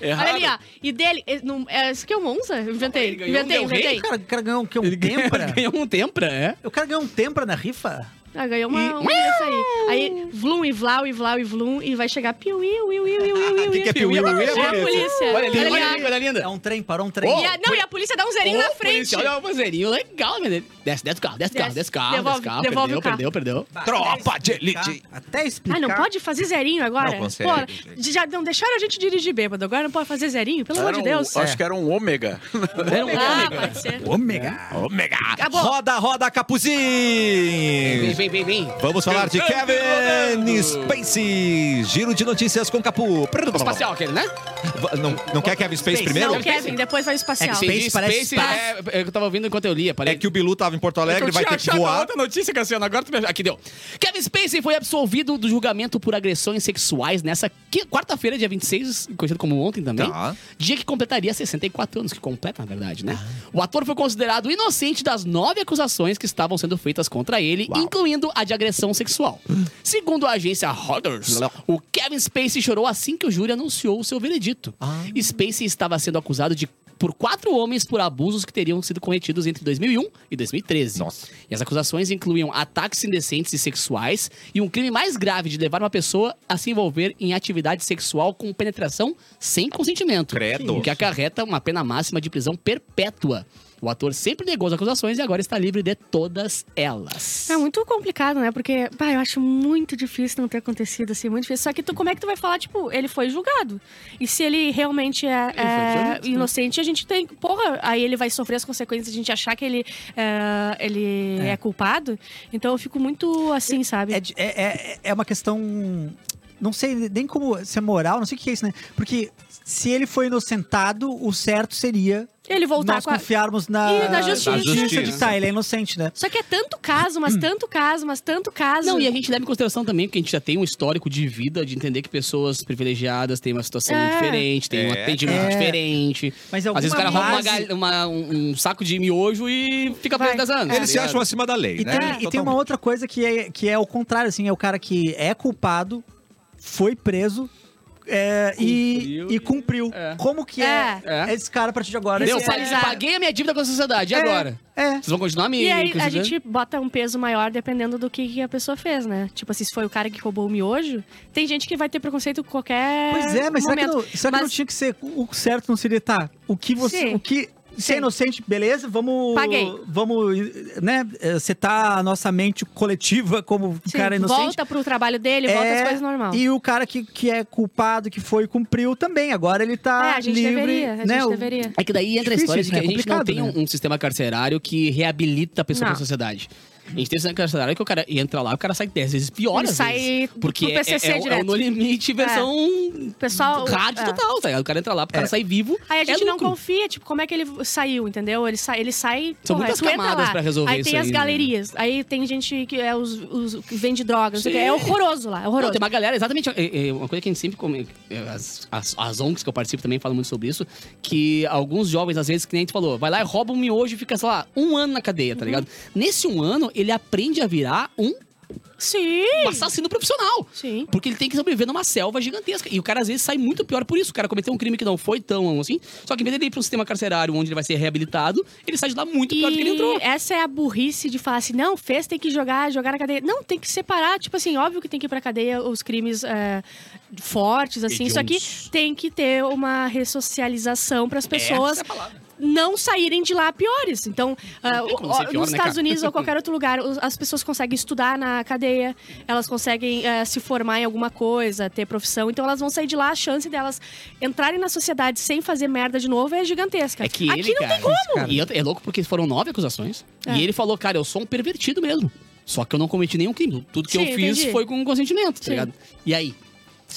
S2: É
S5: errado.
S4: Olha ali, ó. E dele. é, não- é, isso aqui é um Monza? Inventei.
S2: Ele ganhou um
S4: inventei,
S2: Del Rey,
S4: inventei.
S3: O cara, o cara ganhou o quê? Um
S2: Ele ganha-
S3: tempra?
S2: ganhou um tempra, é?
S3: O cara ganhou um tempra na rifa?
S4: Ah, ganhou uma. uma isso aí. Aí, Vlum e Vlau e Vlau e Vlum, e vai chegar piu, iu, iu, iu, iu, iu.
S1: O que, que é piuí? Piuí é
S4: É a
S1: bonito.
S4: polícia.
S2: Olha
S4: Tá
S2: linda, olha
S4: ligado?
S2: linda, olha linda.
S3: É um trem, parou um trem.
S2: Oh,
S4: E a- não, e a polícia dá um zerinho na
S2: Ô,
S4: frente.
S2: polícia, Olha o banzeirinho legal, meu Deus. Desce, desce o carro, desce o carro,
S4: Desce.
S2: desce o carro,
S4: Devolve-
S2: desce o carro.
S4: devolve
S2: Perdeu,
S4: o carro.
S2: perdeu, perdeu.
S1: Tropa de elite.
S3: Até explicar.
S4: Ah, não pode fazer zerinho agora?
S1: Não consegue,
S4: Pô,
S1: gente.
S4: já não deixaram a gente dirigir bêbado, agora não pode fazer zerinho, pelo amor
S5: Era
S4: de
S5: um-
S4: Deus.
S5: Acho que era um ômega.
S2: Era um
S4: Ah,
S2: ômega.
S4: pode ser.
S3: Ômega.
S1: É. Ômega.
S4: Acabou.
S1: Roda, roda,
S2: Vem,
S1: capuzinho.
S2: vem, vem, vem.
S1: Vamos falar de Kevin Spacey. Giro de notícias com Capu.
S2: Espacial aquele, né?
S1: Va- Não, não quer Kevin Spacey primeiro?
S4: Não, Kevin, depois vai o espacial.
S3: Space
S2: Entendi,
S3: parece
S2: é, é, eu tava ouvindo enquanto eu lia. Parei.
S1: É que o Bilu tava em Porto Alegre,
S2: Eu
S1: vai
S2: Então
S1: ter
S2: tinha
S1: que
S2: achado
S1: voar.
S2: outra notícia, Cassiano. Agora tu me... Aqui deu. Kevin Spacey foi absolvido do julgamento por agressões sexuais nessa qui- quarta-feira, dia 26, conhecido como ontem também.
S1: Tá.
S2: Dia que completaria 64 anos, que completa, na verdade, né?
S1: Ah.
S2: O ator foi considerado inocente das nove acusações que estavam sendo feitas contra ele, incluindo a de agressão sexual. Segundo a agência Reuters, o Kevin Spacey chorou assim que o júri anunciou o seu veredito.
S1: Ah.
S2: Spacey estava sendo acusado de por quatro homens por abusos que teriam sido cometidos entre 2001 e 2013.
S1: Nossa.
S2: E as acusações incluíam ataques indecentes e sexuais e um crime mais grave de levar uma pessoa a se envolver em atividade sexual com penetração sem consentimento.
S1: Credo.
S2: O que acarreta uma pena máxima de prisão perpétua. O ator sempre negou as acusações e agora está livre de todas elas.
S4: É muito complicado, né? Porque, pá, eu acho muito difícil não ter acontecido assim, muito difícil. Só que tu, como é que tu vai falar, tipo, ele foi julgado? E se ele realmente é, é
S2: julgado, né?
S4: inocente, a gente tem. Porra, aí ele vai sofrer as consequências de a gente achar que ele é, ele é. culpado. Então eu fico muito assim, sabe?
S3: É, de- é, é, é uma questão. Não sei nem como. Se é moral, não sei o que é isso, né? Porque se ele foi inocentado, o certo seria
S4: ele voltar
S3: nós
S4: com a.
S3: confiarmos na,
S4: E na justiça.
S1: Na justiça.
S3: de que tá, ele é inocente, né?
S4: Só que é tanto caso,
S3: Hum.
S4: mas tanto caso, mas tanto caso.
S2: Não, e a
S3: é
S2: gente leva em consideração também que a gente já tem um histórico de vida, de entender que pessoas privilegiadas têm uma situação
S4: É.
S2: diferente, têm um
S1: É. Então,
S2: atendimento
S3: É.
S2: diferente.
S3: Mas é
S2: Às vezes o cara
S3: alguma
S2: rouba uma
S3: base-
S2: gal- uma- um, um saco de miojo e fica
S4: Vai.
S2: preso 10 anos. tá
S1: Eles se
S2: ligado?
S1: acham acima da lei,
S3: E,
S1: né?
S3: tem, e tem uma outra coisa que é, que é o contrário, assim, é o cara que é culpado, foi preso é, e,
S2: Cumpriu
S3: e
S2: e-
S3: cumpriu.
S2: é.
S3: Como que é,
S2: É.
S3: esse cara a partir de agora?
S2: Entendeu?
S3: Esse
S2: Paguei-
S3: é,
S2: Paguei a minha dívida com a sociedade. E agora?
S3: é.
S2: Vocês vão continuar me. né?
S4: E aí a
S2: crucificando?
S3: né?
S4: gente bota um peso maior dependendo do que, que a pessoa fez, né? Tipo assim, se foi o cara que roubou o miojo, tem gente que vai ter preconceito com qualquer.
S3: Pois é, mas será que,
S4: momento.
S3: não, será que não
S4: Mas-
S3: tinha que ser o certo não seria tá? O que você,
S4: Sim.
S3: o que se é
S4: Sim.
S3: inocente, beleza? Vamos
S4: Paguei.
S3: vamos, né, eh, setar a nossa mente coletiva como um
S4: Sim,
S3: cara inocente.
S4: Volta pro trabalho dele, volta
S3: É,
S4: as coisas normal.
S3: E o cara que, que é culpado, que foi e cumpriu também. Agora ele tá
S4: é, a gente
S3: livre,
S4: deveria, a gente
S3: né? o-
S4: deveria.
S2: É que daí entra a
S3: Difícil
S2: história de
S3: isso,
S2: que
S3: né?
S2: a gente não
S3: Complicado,
S2: tem
S3: né?
S2: um, um sistema carcerário que reabilita a pessoa
S4: Não.
S2: pra sociedade. A gente tem um sistema carcerário que o cara entra lá, o cara sai 10 vezes pior,
S4: Ele
S2: às
S4: sai
S2: vezes. Porque
S4: pro
S2: é-
S4: PCC
S2: é, é, o- é o
S4: direto.
S2: No Limite versão
S4: Pessoal,
S2: hard
S4: é.
S2: total, tá ligado? O cara entra lá, o cara sai vivo.
S4: Aí a gente
S2: é
S4: não
S2: lucro.
S4: confia, tipo, como é que ele saiu, entendeu? Ele sai, ele sai
S2: São
S4: porra,
S2: muitas
S4: tu entra
S2: camadas
S4: lá.
S2: pra resolver
S4: Aí tem
S2: isso
S4: as
S2: aí, né?
S4: galerias, aí tem gente que é os, os que vende drogas, não sei o quê. é horroroso lá, é
S2: Não,
S4: horroroso.
S2: tem uma galera, exatamente. é, é, Uma coisa que a gente sempre. come- é, As, as, as ONGs que eu participo também falam muito sobre isso. Que alguns jovens, às vezes, que nem a gente falou, vai lá e rouba um miojo e fica, sei lá, um ano na cadeia,
S4: Uhum.
S2: tá ligado? Nesse um ano, ele aprende a virar um
S4: Sim!
S2: assassino profissional.
S4: Sim.
S2: Porque ele tem que sobreviver numa selva gigantesca. E o cara, às vezes, sai muito pior por isso. O cara cometeu um crime que não foi tão assim. Só que em vez dele ir pra um sistema carcerário onde ele vai ser reabilitado, ele sai de lá muito pior do que ele entrou.
S4: essa é a burrice de falar assim, não, fez, tem que jogar, jogar na cadeia. Não, tem que separar, tipo assim, óbvio que tem que ir pra cadeia os crimes é, fortes, assim, só que
S2: Hediondos.
S4: tem que ter uma ressocialização pras pessoas
S2: Essa é a palavra.
S4: não saírem de lá piores. Então, ah,
S2: tem como
S4: ó,
S2: ser pior,
S4: nos
S2: né,
S4: Estados
S2: cara?
S4: Unidos ou qualquer outro lugar, os- as pessoas conseguem estudar na cadeia, elas conseguem eh, se formar em alguma coisa, ter profissão. Então, elas vão sair de lá, a chance delas entrarem na sociedade sem fazer merda de novo é gigantesca.
S2: É que
S4: Aqui
S2: ele,
S4: não
S2: cara,
S4: tem como.
S2: esse cara- E eu- é louco porque foram nove acusações.
S4: É.
S2: E ele falou, cara, eu sou um pervertido mesmo. Só que eu não cometi nenhum crime. Tudo que eu
S4: Sim,
S2: fiz
S4: entendi.
S2: foi com consentimento, tá
S4: Sim.
S2: ligado? E aí?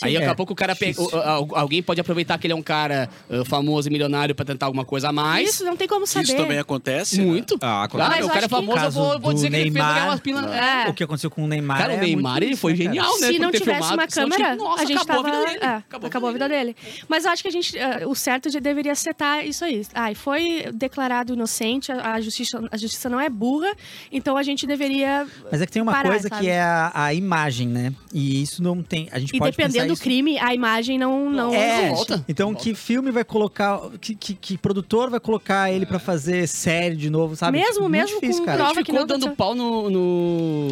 S2: aí daqui
S3: É,
S2: a pouco o cara pega,
S3: difícil.
S2: o- al- alguém pode aproveitar que ele é um cara uh, famoso e milionário pra tentar alguma coisa a mais.
S4: Isso não tem como saber.
S5: Isso também acontece. né?
S2: Muito.
S1: Ah, acontece.
S2: Claro,
S4: Mas eu
S2: o cara é
S4: acho que-
S2: famoso, eu
S3: Caso
S2: vou, vou
S3: do
S2: dizer que ele fez
S3: Neymar-
S2: ganhar umas pilas.
S4: É.
S3: O que aconteceu com o Neymar.
S2: Cara, o
S3: é muito
S2: Neymar, ele
S3: isso,
S2: foi
S3: né, cara?
S2: genial, né?
S4: Se
S2: por
S4: não
S2: ter
S4: tivesse
S2: filmado,
S4: uma
S2: senão
S4: câmera,
S2: tinha- Nossa,
S4: a gente
S2: acabou
S4: tava.
S2: a vida dele.
S4: é, acabou, a vida dele. Mas eu acho que a gente. eh, o certo de- deveria setar isso aí. Ai, foi declarado inocente, a, a justiça, a justiça não é burra, então a gente deveria.
S3: Mas é que tem uma
S4: parar,
S3: coisa
S4: sabe?
S3: que é a, a imagem, né? E isso não tem. A gente
S4: E
S3: pode
S4: dependendo dependendo
S3: pensar
S4: do crime, a imagem não. não...
S3: É,
S2: volta.
S3: então
S2: Volta.
S3: que filme vai colocar, que, que, que produtor vai colocar ele
S2: É.
S3: pra fazer série de novo, sabe? Tipo,
S4: Mesmo,
S3: Muito
S4: mesmo
S3: difícil,
S4: com
S3: cara.
S4: prova- Prova
S2: Ele
S4: que
S2: ficou
S4: não
S2: dando
S4: aconteceu.
S2: pau no,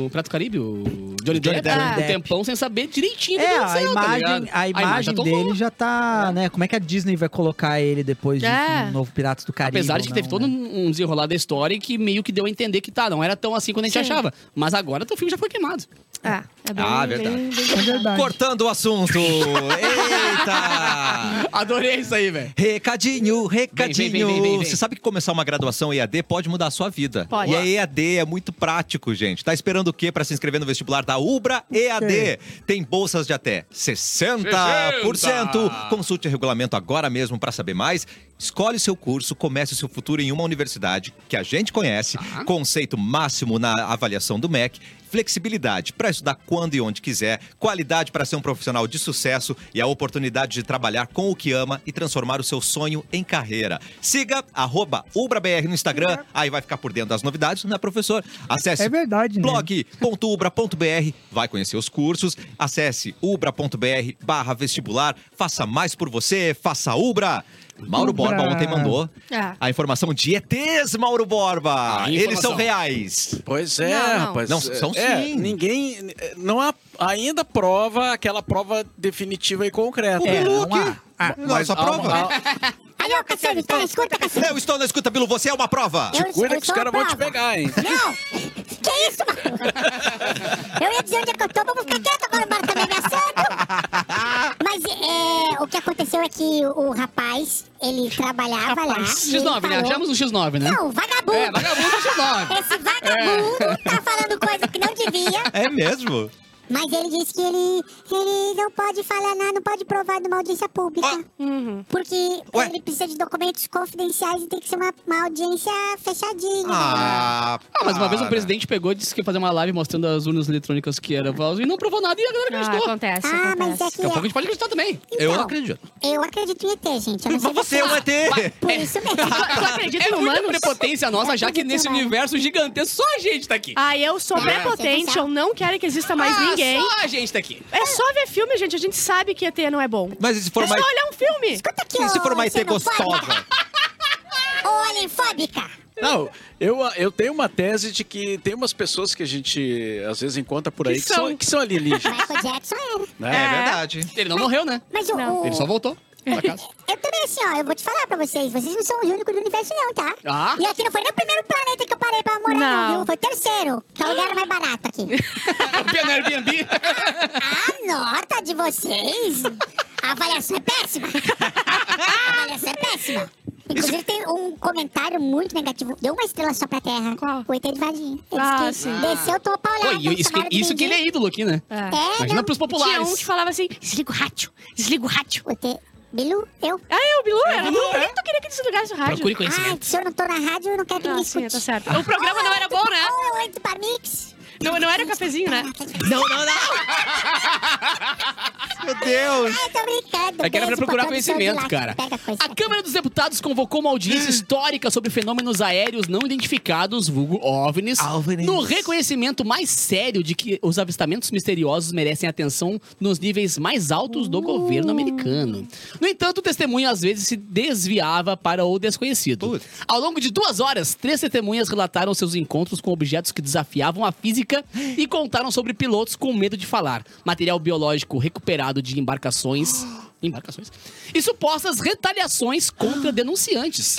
S2: no Prato Caribe, o Johnny Depp,
S4: Depp.
S2: um tempão sem saber direitinho o que
S3: É, a
S2: aconteceu, tá
S3: imagem,
S2: ligado?
S3: a imagem
S2: tá
S3: dele
S2: rolando.
S3: já tá, né? Como é que a Disney vai colocar ele depois de
S4: É.
S3: um novo Piratas do Caribe?
S2: Apesar
S3: ou
S2: de que
S3: não,
S2: teve todo
S3: né?
S2: um desenrolar da história e que meio que deu a entender que tá, não era tão assim quando a gente
S4: Sim.
S2: achava. Mas agora teu filme já foi queimado.
S4: Ah, é bem,
S1: Ah,
S4: bem-
S1: verdade.
S6: É
S4: bem-
S6: verdade.
S1: Cortando o assunto. Eita!
S2: Adorei isso aí, velho.
S1: Recadinho,
S2: Vem, vem, vem, vem,
S1: recadinho.
S2: vem.
S1: Você sabe que começar uma graduação EAD pode mudar a sua vida.
S4: Pode.
S1: E a EAD é muito prático, gente. Tá esperando o quê para se inscrever no vestibular da Ubra EAD? Tem bolsas de até 60%.
S5: 60%.
S1: Consulte o regulamento agora mesmo para saber mais. Escolhe seu curso, comece o seu futuro em uma universidade que a gente conhece.
S2: Tá.
S1: Conceito máximo na avaliação do MEC. Flexibilidade para estudar quando e onde quiser, qualidade para ser um profissional de sucesso e a oportunidade de trabalhar com o que ama e transformar o seu sonho em carreira. Siga arroba UbraBR no Instagram, aí vai ficar por dentro das novidades, né, professor? Acesse
S6: Uhum. É verdade, né?
S1: blog.ubra.br, vai conhecer os cursos, acesse ubra.br barra vestibular, faça mais por você, faça Ubra! Mauro
S6: Ubra.
S1: Borba ontem mandou
S4: É.
S1: a informação de ETs, Mauro Borba!
S2: A
S1: Ah, Eles são
S2: informação.
S1: reais!
S5: Pois é,
S4: Não, não.
S5: rapaz.
S1: Não, são
S5: É,
S1: sim.
S5: ninguém. Não há ainda prova, aquela prova definitiva e concreta.
S3: É,
S5: Mas
S3: não há.
S1: Ah, não, é só
S5: há
S1: prova?
S5: uma- há-
S7: Aí, ô, Cassino, então escuta, Cassino.
S1: Eu estou na escuta, Bilu, você é uma prova!
S7: Eu-
S5: Cuida
S7: eu
S5: que os
S7: sou
S5: caras vão te
S7: brava.
S5: pegar, hein?
S7: Não! Que isso, mano? Eu ia dizer onde é que eu tô, mas vou ficar quieto agora, o Mauro tá me ameaçando. Mas é, o que aconteceu é que o, o rapaz, ele trabalhava lá. e ele
S2: X9, né?
S7: falou-
S2: Achamos um X9, né?
S7: Não, vagabundo.
S2: É, vagabundo é X9.
S7: Esse vagabundo tá falando coisa que não devia.
S1: É mesmo?
S7: Mas ele disse que ele, ele não pode falar nada, não pode provar numa audiência
S2: Ah.
S7: pública. Porque
S1: Ué?
S7: ele precisa de documentos confidenciais e tem que ser uma, uma audiência fechadinha.
S1: Ah,
S2: Ah, mas uma vez o
S1: para.
S2: presidente pegou e disse que ia fazer uma live mostrando as urnas eletrônicas que era falso e não provou nada e a galera
S4: Ah,
S2: acreditou.
S4: acontece,
S7: Ah, mas é
S4: acontece.
S7: que
S2: Daqui a pouco a
S7: é.
S2: gente pode acreditar também.
S1: Eu
S7: Então,
S1: acredito.
S7: Eu acredito em ET, gente. Eu não sei
S1: Você é um ET!
S7: Por isso mesmo.
S4: Tu acredita
S2: É
S4: em
S2: muita
S4: humanos?
S2: prepotência nossa, já que nesse universo gigantesco só a gente tá aqui.
S4: Ah, eu sou
S7: Ah,
S4: prepotente,
S7: você
S4: eu não quero que exista mais
S2: Ah,
S4: ninguém.
S2: Só a gente tá aqui.
S4: É só ver filme, gente. A gente sabe que ET não é bom.
S1: Mas e se for
S4: é
S1: mais.
S4: só olhar um filme.
S7: Escuta aqui,
S1: E se
S7: ô,
S1: for uma ET
S7: xenofóbica.
S1: gostosa?
S7: Ô, alenfóbica.
S5: Não, eu, eu tenho uma tese de que tem umas pessoas que a gente às vezes encontra por aí
S4: Que
S5: que são,
S4: são.
S5: que são alienígenas.
S7: Michael Jackson era.
S1: É
S5: Né?
S1: verdade.
S2: Ele não morreu, né?
S7: Mas o...
S4: Não.
S7: o-
S2: Ele só voltou pra casa.
S7: Eu também, assim, ó, eu vou te falar pra vocês. Vocês não são os únicos do universo, não, tá?
S2: Ah.
S7: E aqui não foi nem o primeiro planeta que eu parei pra morar, não,
S4: Não.
S7: viu? Foi o terceiro, que é o lugar mais barato aqui.
S2: O piano Airbnb.
S7: A nota de vocês, a avaliação é péssima. A avaliação é péssima. Inclusive, tem um comentário muito negativo. Deu uma estrela só pra Terra.
S4: Qual?
S7: O ET de Varginha. Ele
S4: Ah,
S7: disse que
S4: sim.
S7: desceu, tomou paulada.
S2: Pô, e isso, que,
S7: chamaram de
S2: isso que ele
S7: mendigo.
S2: é ídolo aqui, né?
S4: É.
S7: É,
S2: Imagina
S7: não.
S2: pros
S4: Tinha um que
S2: populares.
S4: falava assim: desliga o rádio, desliga o rádio.
S7: O ET... Bilu, eu.
S4: Ah, eu, Bilu,
S2: É
S4: era tu? Por que tu queria que desligasse o rádio?
S2: Procure
S7: Ah,
S2: conhecimento.
S7: se eu não tô na rádio, eu não quero que
S4: Ah,
S7: ninguém
S4: sim,
S7: escute.
S4: tá certo. O programa não era bom, né?
S7: Ou eu entro pra Mix.
S4: Não, não era o cafezinho, né?
S2: um-
S1: Não, não, não! Meu Deus!
S7: Ah, tô brincando.
S2: É que era pra
S7: Beijo
S2: procurar
S7: produção de
S2: conhecimento,
S7: lá que
S2: cara.
S7: Pega coisa.
S2: A Câmara dos Deputados convocou uma audiência histórica sobre fenômenos aéreos não identificados, vulgo OVNIs,
S1: OVNIs.
S2: no reconhecimento mais sério de que os avistamentos misteriosos merecem atenção nos níveis mais altos do
S7: Uh.
S2: governo americano. No entanto, o testemunho às vezes se desviava para o desconhecido.
S1: Putz.
S2: Ao longo de duas horas, três testemunhas relataram seus encontros com objetos que desafiavam a física e contaram sobre pilotos com medo de falar, material biológico recuperado de embarcações. Embarcações. E supostas retaliações contra denunciantes.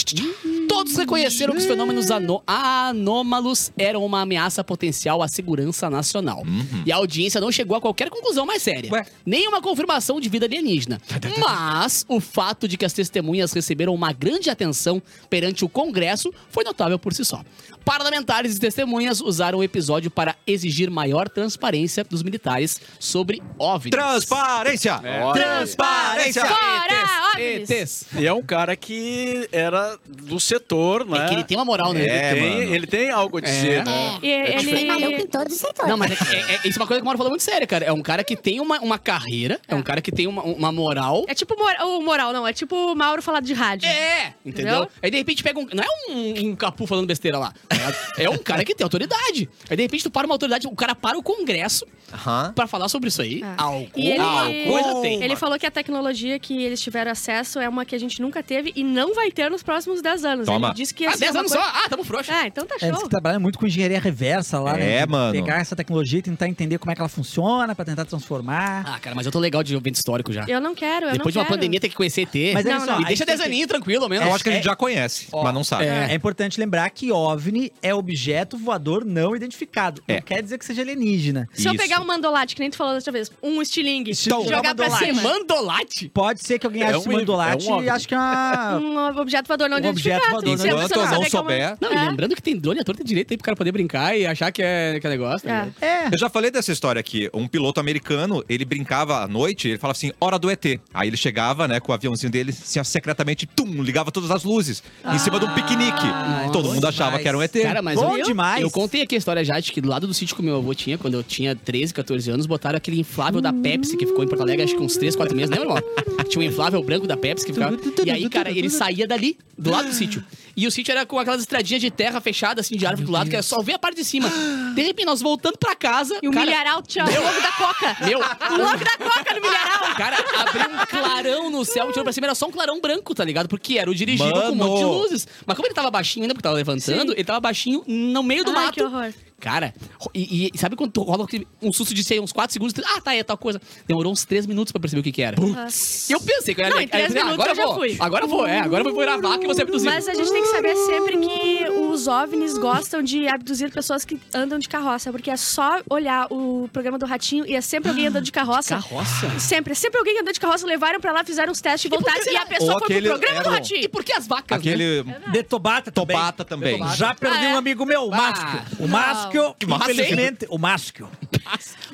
S2: Todos reconheceram que os fenômenos ano- anômalos eram uma ameaça potencial à segurança nacional. E a audiência não chegou a qualquer conclusão mais séria.
S1: Ué.
S2: Nenhuma confirmação de vida alienígena. Mas o fato de que as testemunhas receberam uma grande atenção perante o Congresso foi notável por si só. Parlamentares e testemunhas usaram o episódio para exigir maior transparência dos militares sobre OVNIs.
S1: Transparência!
S5: É. Olha aí.
S3: transparência.
S2: Tá.
S4: Fora,
S2: ETs,
S4: óbvio.
S2: ETs.
S5: E é um cara que era do setor, né?
S2: É que ele tem uma moral, né? É.
S5: Ele,
S1: É,
S5: tem,
S1: mano.
S5: ele tem algo a dizer, né?
S4: E
S7: Tem É. maluco em
S4: ele...
S7: todos os setores.
S2: Não, mas é- é- é- isso é uma coisa que o Mauro falou muito sério, cara. É um cara que tem uma, uma carreira, é um cara que tem uma, uma moral.
S4: É tipo mora- o moral, não. É tipo o Mauro falar de rádio.
S2: É! Entendeu?
S4: Entendeu?
S2: Aí de repente pega um. Não é um, um capu falando besteira lá. tá ligado? É um cara que tem autoridade. Aí de repente tu para uma autoridade, o cara para o Congresso
S1: Aham.
S2: pra falar sobre isso aí.
S4: Ah.
S2: Alguma
S4: E ele-
S2: coisa tem.
S4: Ele falou que a tecnologia que eles tiveram acesso é uma que a gente nunca teve e não vai ter nos próximos 10 anos.
S1: Toma.
S4: Ele disse que
S2: Ah,
S4: esse é
S2: 10
S4: uma
S2: anos
S4: coisa-
S2: só. Ah, tamo frouxo.
S4: Ah, então tá
S3: É, eles que
S4: show.
S3: trabalham muito com engenharia reversa lá, né?
S1: É,
S3: De
S1: mano.
S3: Pegar essa tecnologia e tentar entender como é que ela funciona, pra tentar transformar.
S2: Ah, cara, mas eu tô legal de evento histórico já.
S4: Eu não quero, eu não
S2: Depois de uma
S4: quero.
S2: pandemia, tem que conhecer ET.
S1: é,
S3: Mas
S4: é. Não,
S3: olha só,
S4: não.
S2: e
S3: a
S2: deixa
S3: gente tem que-
S2: 10 aninhos tranquilo, ao menos.
S1: Eu acho que a
S4: É.
S1: gente já conhece,
S3: Ó,
S1: mas não sabe.
S4: né?
S3: É. importante lembrar que OVNI é objeto voador não identificado.
S1: É.
S3: Não quer dizer que seja alienígena.
S4: Se eu
S1: Isso.
S4: pegar um mandolate, que nem tu falou da outra vez, um estilingue,
S3: Então,
S4: jogar pra
S3: mandolate.
S4: cima.
S2: Mandolate?
S3: Pode ser que alguém
S5: É
S3: ache
S5: um
S3: esse
S5: i-
S3: mandolate
S5: é um
S3: e
S5: OVNI.
S3: ache que é
S1: Ah.
S3: uma...
S4: Um objeto voador não
S3: Um objeto
S4: identificado.
S3: voador
S4: sendo que
S1: Enquanto
S4: você
S1: eu não
S4: sabe que é uma-
S1: souber.
S2: Não, e lembrando que tem drone à torta e direita aí pro cara poder brincar e achar que é, que é negócio. tá
S4: É.
S2: ligado?
S3: É.
S1: Eu já falei dessa história aqui. Um piloto americano, ele brincava à noite, ele falava assim, hora do ET. Aí ele chegava, né, com o aviãozinho dele, assim, secretamente, tum, ligava todas as luzes. em cima de um piquenique.
S3: Ah,
S1: Todo
S3: bom
S1: mundo achava
S3: demais.
S1: que era um ET.
S2: Cara, mas
S3: Bom
S2: eu,
S3: demais.
S2: eu contei aqui a história já de que do lado do sítio que meu avô tinha, quando eu tinha 13, 14 anos, botaram aquele inflável da Pepsi que ficou em Porto Alegre, acho que uns 3, 4 meses, lembra, irmão? Tinha um inflável branco da Pepsi que ficava. E aí, cara, ele saía dali, do lado do sítio. E o sítio era com aquelas estradinhas de terra fechada, assim, de árvore do lado, que era só ver a parte de cima. De repente, nós voltando pra casa.
S4: E o
S2: cara,
S4: milharal tinha o logo da coca.
S2: Meu,
S4: O logo da coca no milharal.
S2: Cara, abriu um clarão no céu, tirou pra cima, era só um clarão branco, tá ligado? Porque era o dirigível com um
S1: Mano!
S2: monte de luzes. Mas como ele tava baixinho ainda, porque tava levantando, ele tava baixinho no meio do
S4: Ai, que
S2: mato.
S4: horror.
S2: Cara, ro- e, e sabe quando tu rola aquele- um susto de ser uns 4 segundos? tu- Ah, tá, é tal coisa. Demorou uns 3 minutos pra perceber o que que era. E eu pensei que eu ia
S4: Não,
S2: aí
S4: em três
S2: eu pensei, ah,
S4: minutos
S2: agora
S4: eu já
S2: vou.
S4: fui.
S2: Agora eu vou, é, agora eu vou virar vaca e você abduzir.
S4: Mas é a gente tem que saber sempre que os OVNIs gostam de abduzir pessoas que andam de carroça, porque é só olhar o programa do Ratinho e é sempre alguém andando de carroça.
S2: Carroça?
S4: Sempre, é sempre alguém andando de carroça, levaram pra lá, fizeram os testes e
S2: por que
S4: voltaram. E
S2: será?
S4: a pessoa
S1: Ou
S4: foi
S1: aquele
S4: pro programa
S1: era
S4: do
S1: o-
S4: Ratinho.
S2: E por que as vacas? né?
S1: Aquele
S3: De Tobata também.
S1: Tobata também.
S3: Já perdi
S4: Ah, é?
S3: um amigo meu, o
S2: Ah,
S3: Másquio. O
S4: não.
S3: Másquio,
S1: Que Másquio?
S3: infelizmente, o Másquio.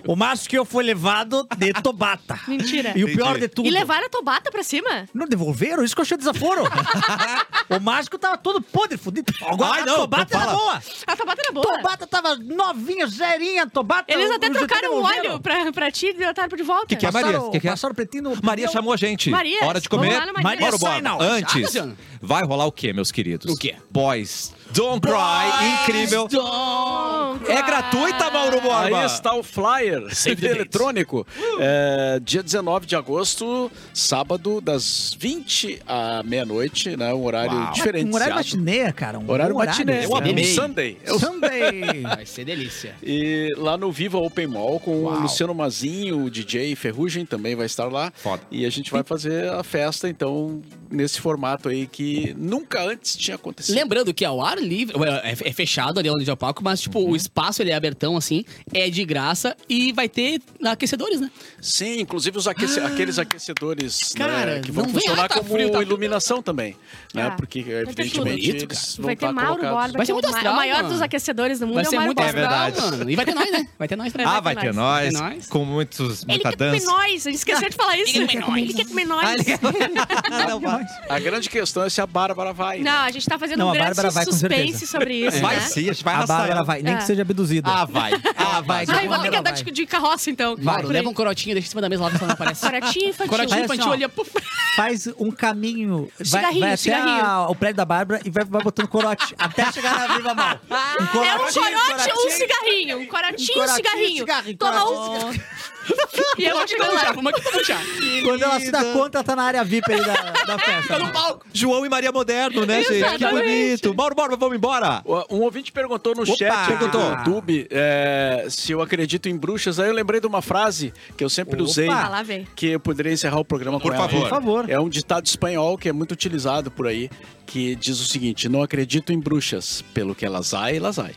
S3: O Másquio foi levado de Tobata.
S4: Mentira.
S3: E o pior de tudo...
S4: E levaram a Tobata pra cima?
S3: Não devolveram? Isso que eu achei desaforo. o Másquio tava todo podre, fudido. Agora
S1: Ai,
S3: a
S1: não,
S3: Tobata
S1: não
S3: era
S1: fala.
S3: boa.
S4: A Tobata era boa.
S3: Tobata tava novinha, zerinha, Tobata.
S4: Eles
S3: o-
S4: até
S3: os ET
S4: trocaram o tá
S3: devolveram.
S4: óleo pra, pra ti e botaram de volta.
S1: Que que é, Maria?
S3: Passaram,
S1: Que que é?
S3: passaram o pretinho no
S1: Maria
S3: pneu.
S1: chamou a gente.
S4: Marias,
S1: Hora de
S4: vamos
S1: comer.
S4: lá no Marias.
S1: Bora,
S3: Sai, não.
S1: bora. Antes,
S2: Luciano?
S1: vai rolar o quê, meus queridos?
S2: O quê?
S1: Boys Don't Cry, incrível. É gratuita, Mauro Borba.
S5: Aí está o flyer
S2: Save the dates.
S5: eletrônico. É, dia 19 de agosto, sábado, das 20 à meia-noite, né? Um horário
S1: Uau.
S5: diferente.
S3: Um horário matiné, cara. Um
S5: Horário
S3: bom
S5: matiné.
S2: Eu
S5: né?
S2: amei.
S5: Um Sunday. É o
S3: Sunday.
S2: Vai ser delícia.
S5: E lá no Viva Open Mall com
S1: Uau.
S5: o Luciano Mazinho, o DJ Ferrugem também vai estar lá.
S1: Foda.
S5: E a gente vai fazer a festa, então, nesse formato aí que nunca antes tinha acontecido.
S2: Lembrando que é ao ar livre, ué, é é fechado ali onde é o palco, mas tipo,
S4: Uhum.
S2: o espaço ele é abertão assim, é de graça e vai ter aquecedores, né?
S5: Sim, inclusive os aquece- aqueles aquecedores né,
S2: Cara,
S5: que vão
S2: não vem-
S5: funcionar
S2: Ah, tá
S5: como
S2: frio, tá-
S5: iluminação também. Né,
S4: Ah,
S5: porque,
S4: ter tudo.
S5: evidentemente, é
S2: Bonito,
S5: eles vão
S4: Vai ter
S5: estar
S4: Mauro
S5: colocados.
S4: Borba,
S2: Vai ser
S4: que é
S2: muito
S4: o ma-
S2: astral,
S4: o maior
S2: mano.
S4: dos aquecedores do mundo.
S2: Vai
S4: é o
S2: ser
S4: Mauro
S2: muito
S4: Borba.
S1: É verdade.
S2: mano. E vai ter nós, né? Vai ter nós, né?
S1: Ah,
S4: vai
S1: vai
S4: ter
S1: ter
S2: nós.
S1: nós.
S2: Vai ter nós.
S1: Com muitos,
S4: Ele é
S1: muita
S4: quer comer
S1: dança.
S4: nós. A gente esqueceu de falar isso.
S2: Ele quer comer
S4: Ele é quer comer nós.
S1: Não, vai.
S5: A grande questão é se a Bárbara vai. né?
S4: Não, a gente tá fazendo
S3: Não,
S4: um
S3: a
S4: grande
S3: Bárbara vai, com
S4: suspense
S3: certeza.
S4: sobre isso,
S1: Vai É
S4: né?
S1: sim, a gente vai
S3: A
S1: arrasar.
S3: Bárbara
S1: ela.
S3: vai, nem
S4: É.
S3: que seja abduzida.
S1: Ah, vai. Ah, vai.
S4: Ai, vou ter que
S3: Vai.
S4: andar de, de carroça, então.
S2: Mauro,
S4: Por aí.
S2: leva um corotinho, deixa em cima da mesa lá, pra ela não aparece.
S4: Corotinho infantil.
S2: Corotinho
S3: Olha só.
S2: infantil, olha, puf.
S3: Faz um caminho. Vai,
S4: Cigarrinho,
S3: vai até
S4: cigarrinho.
S3: a- o prédio da Bárbara e vai, vai botando corote. até chegar na Viva Mal. Um
S4: É um corote ou um
S3: corotinho.
S4: cigarrinho. Um corotinho e um
S3: Corotinho,
S4: cigarrinho.
S3: cigarrinho,
S4: Toma um.
S3: corotinho,
S4: E eu vou chegar lá.
S2: Como é que toma um chá?
S3: Quando ela se dá conta, ela tá na área VIP ali da, da festa.
S2: Tá no palco.
S1: João e Maria Moderno, né, gente? Que
S4: Exatamente.
S1: bonito. Mauro Borba, vamos embora.
S5: Um ouvinte perguntou no
S1: Opa!
S5: chat
S1: Perguntou.
S5: do YouTube é, se eu acredito em bruxas. Aí eu lembrei de uma frase que eu sempre usei,
S4: Ah, lá vem.
S5: que eu poderia encerrar o programa
S1: Por
S5: com ela.
S1: favor.
S3: Por favor.
S5: É um ditado espanhol que é muito utilizado por aí, que diz o seguinte: Não acredito em bruxas, pelo que elas ai, elas ai.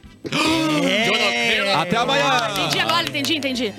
S1: Até amanhã.
S4: Entendi agora, entendi, entendi.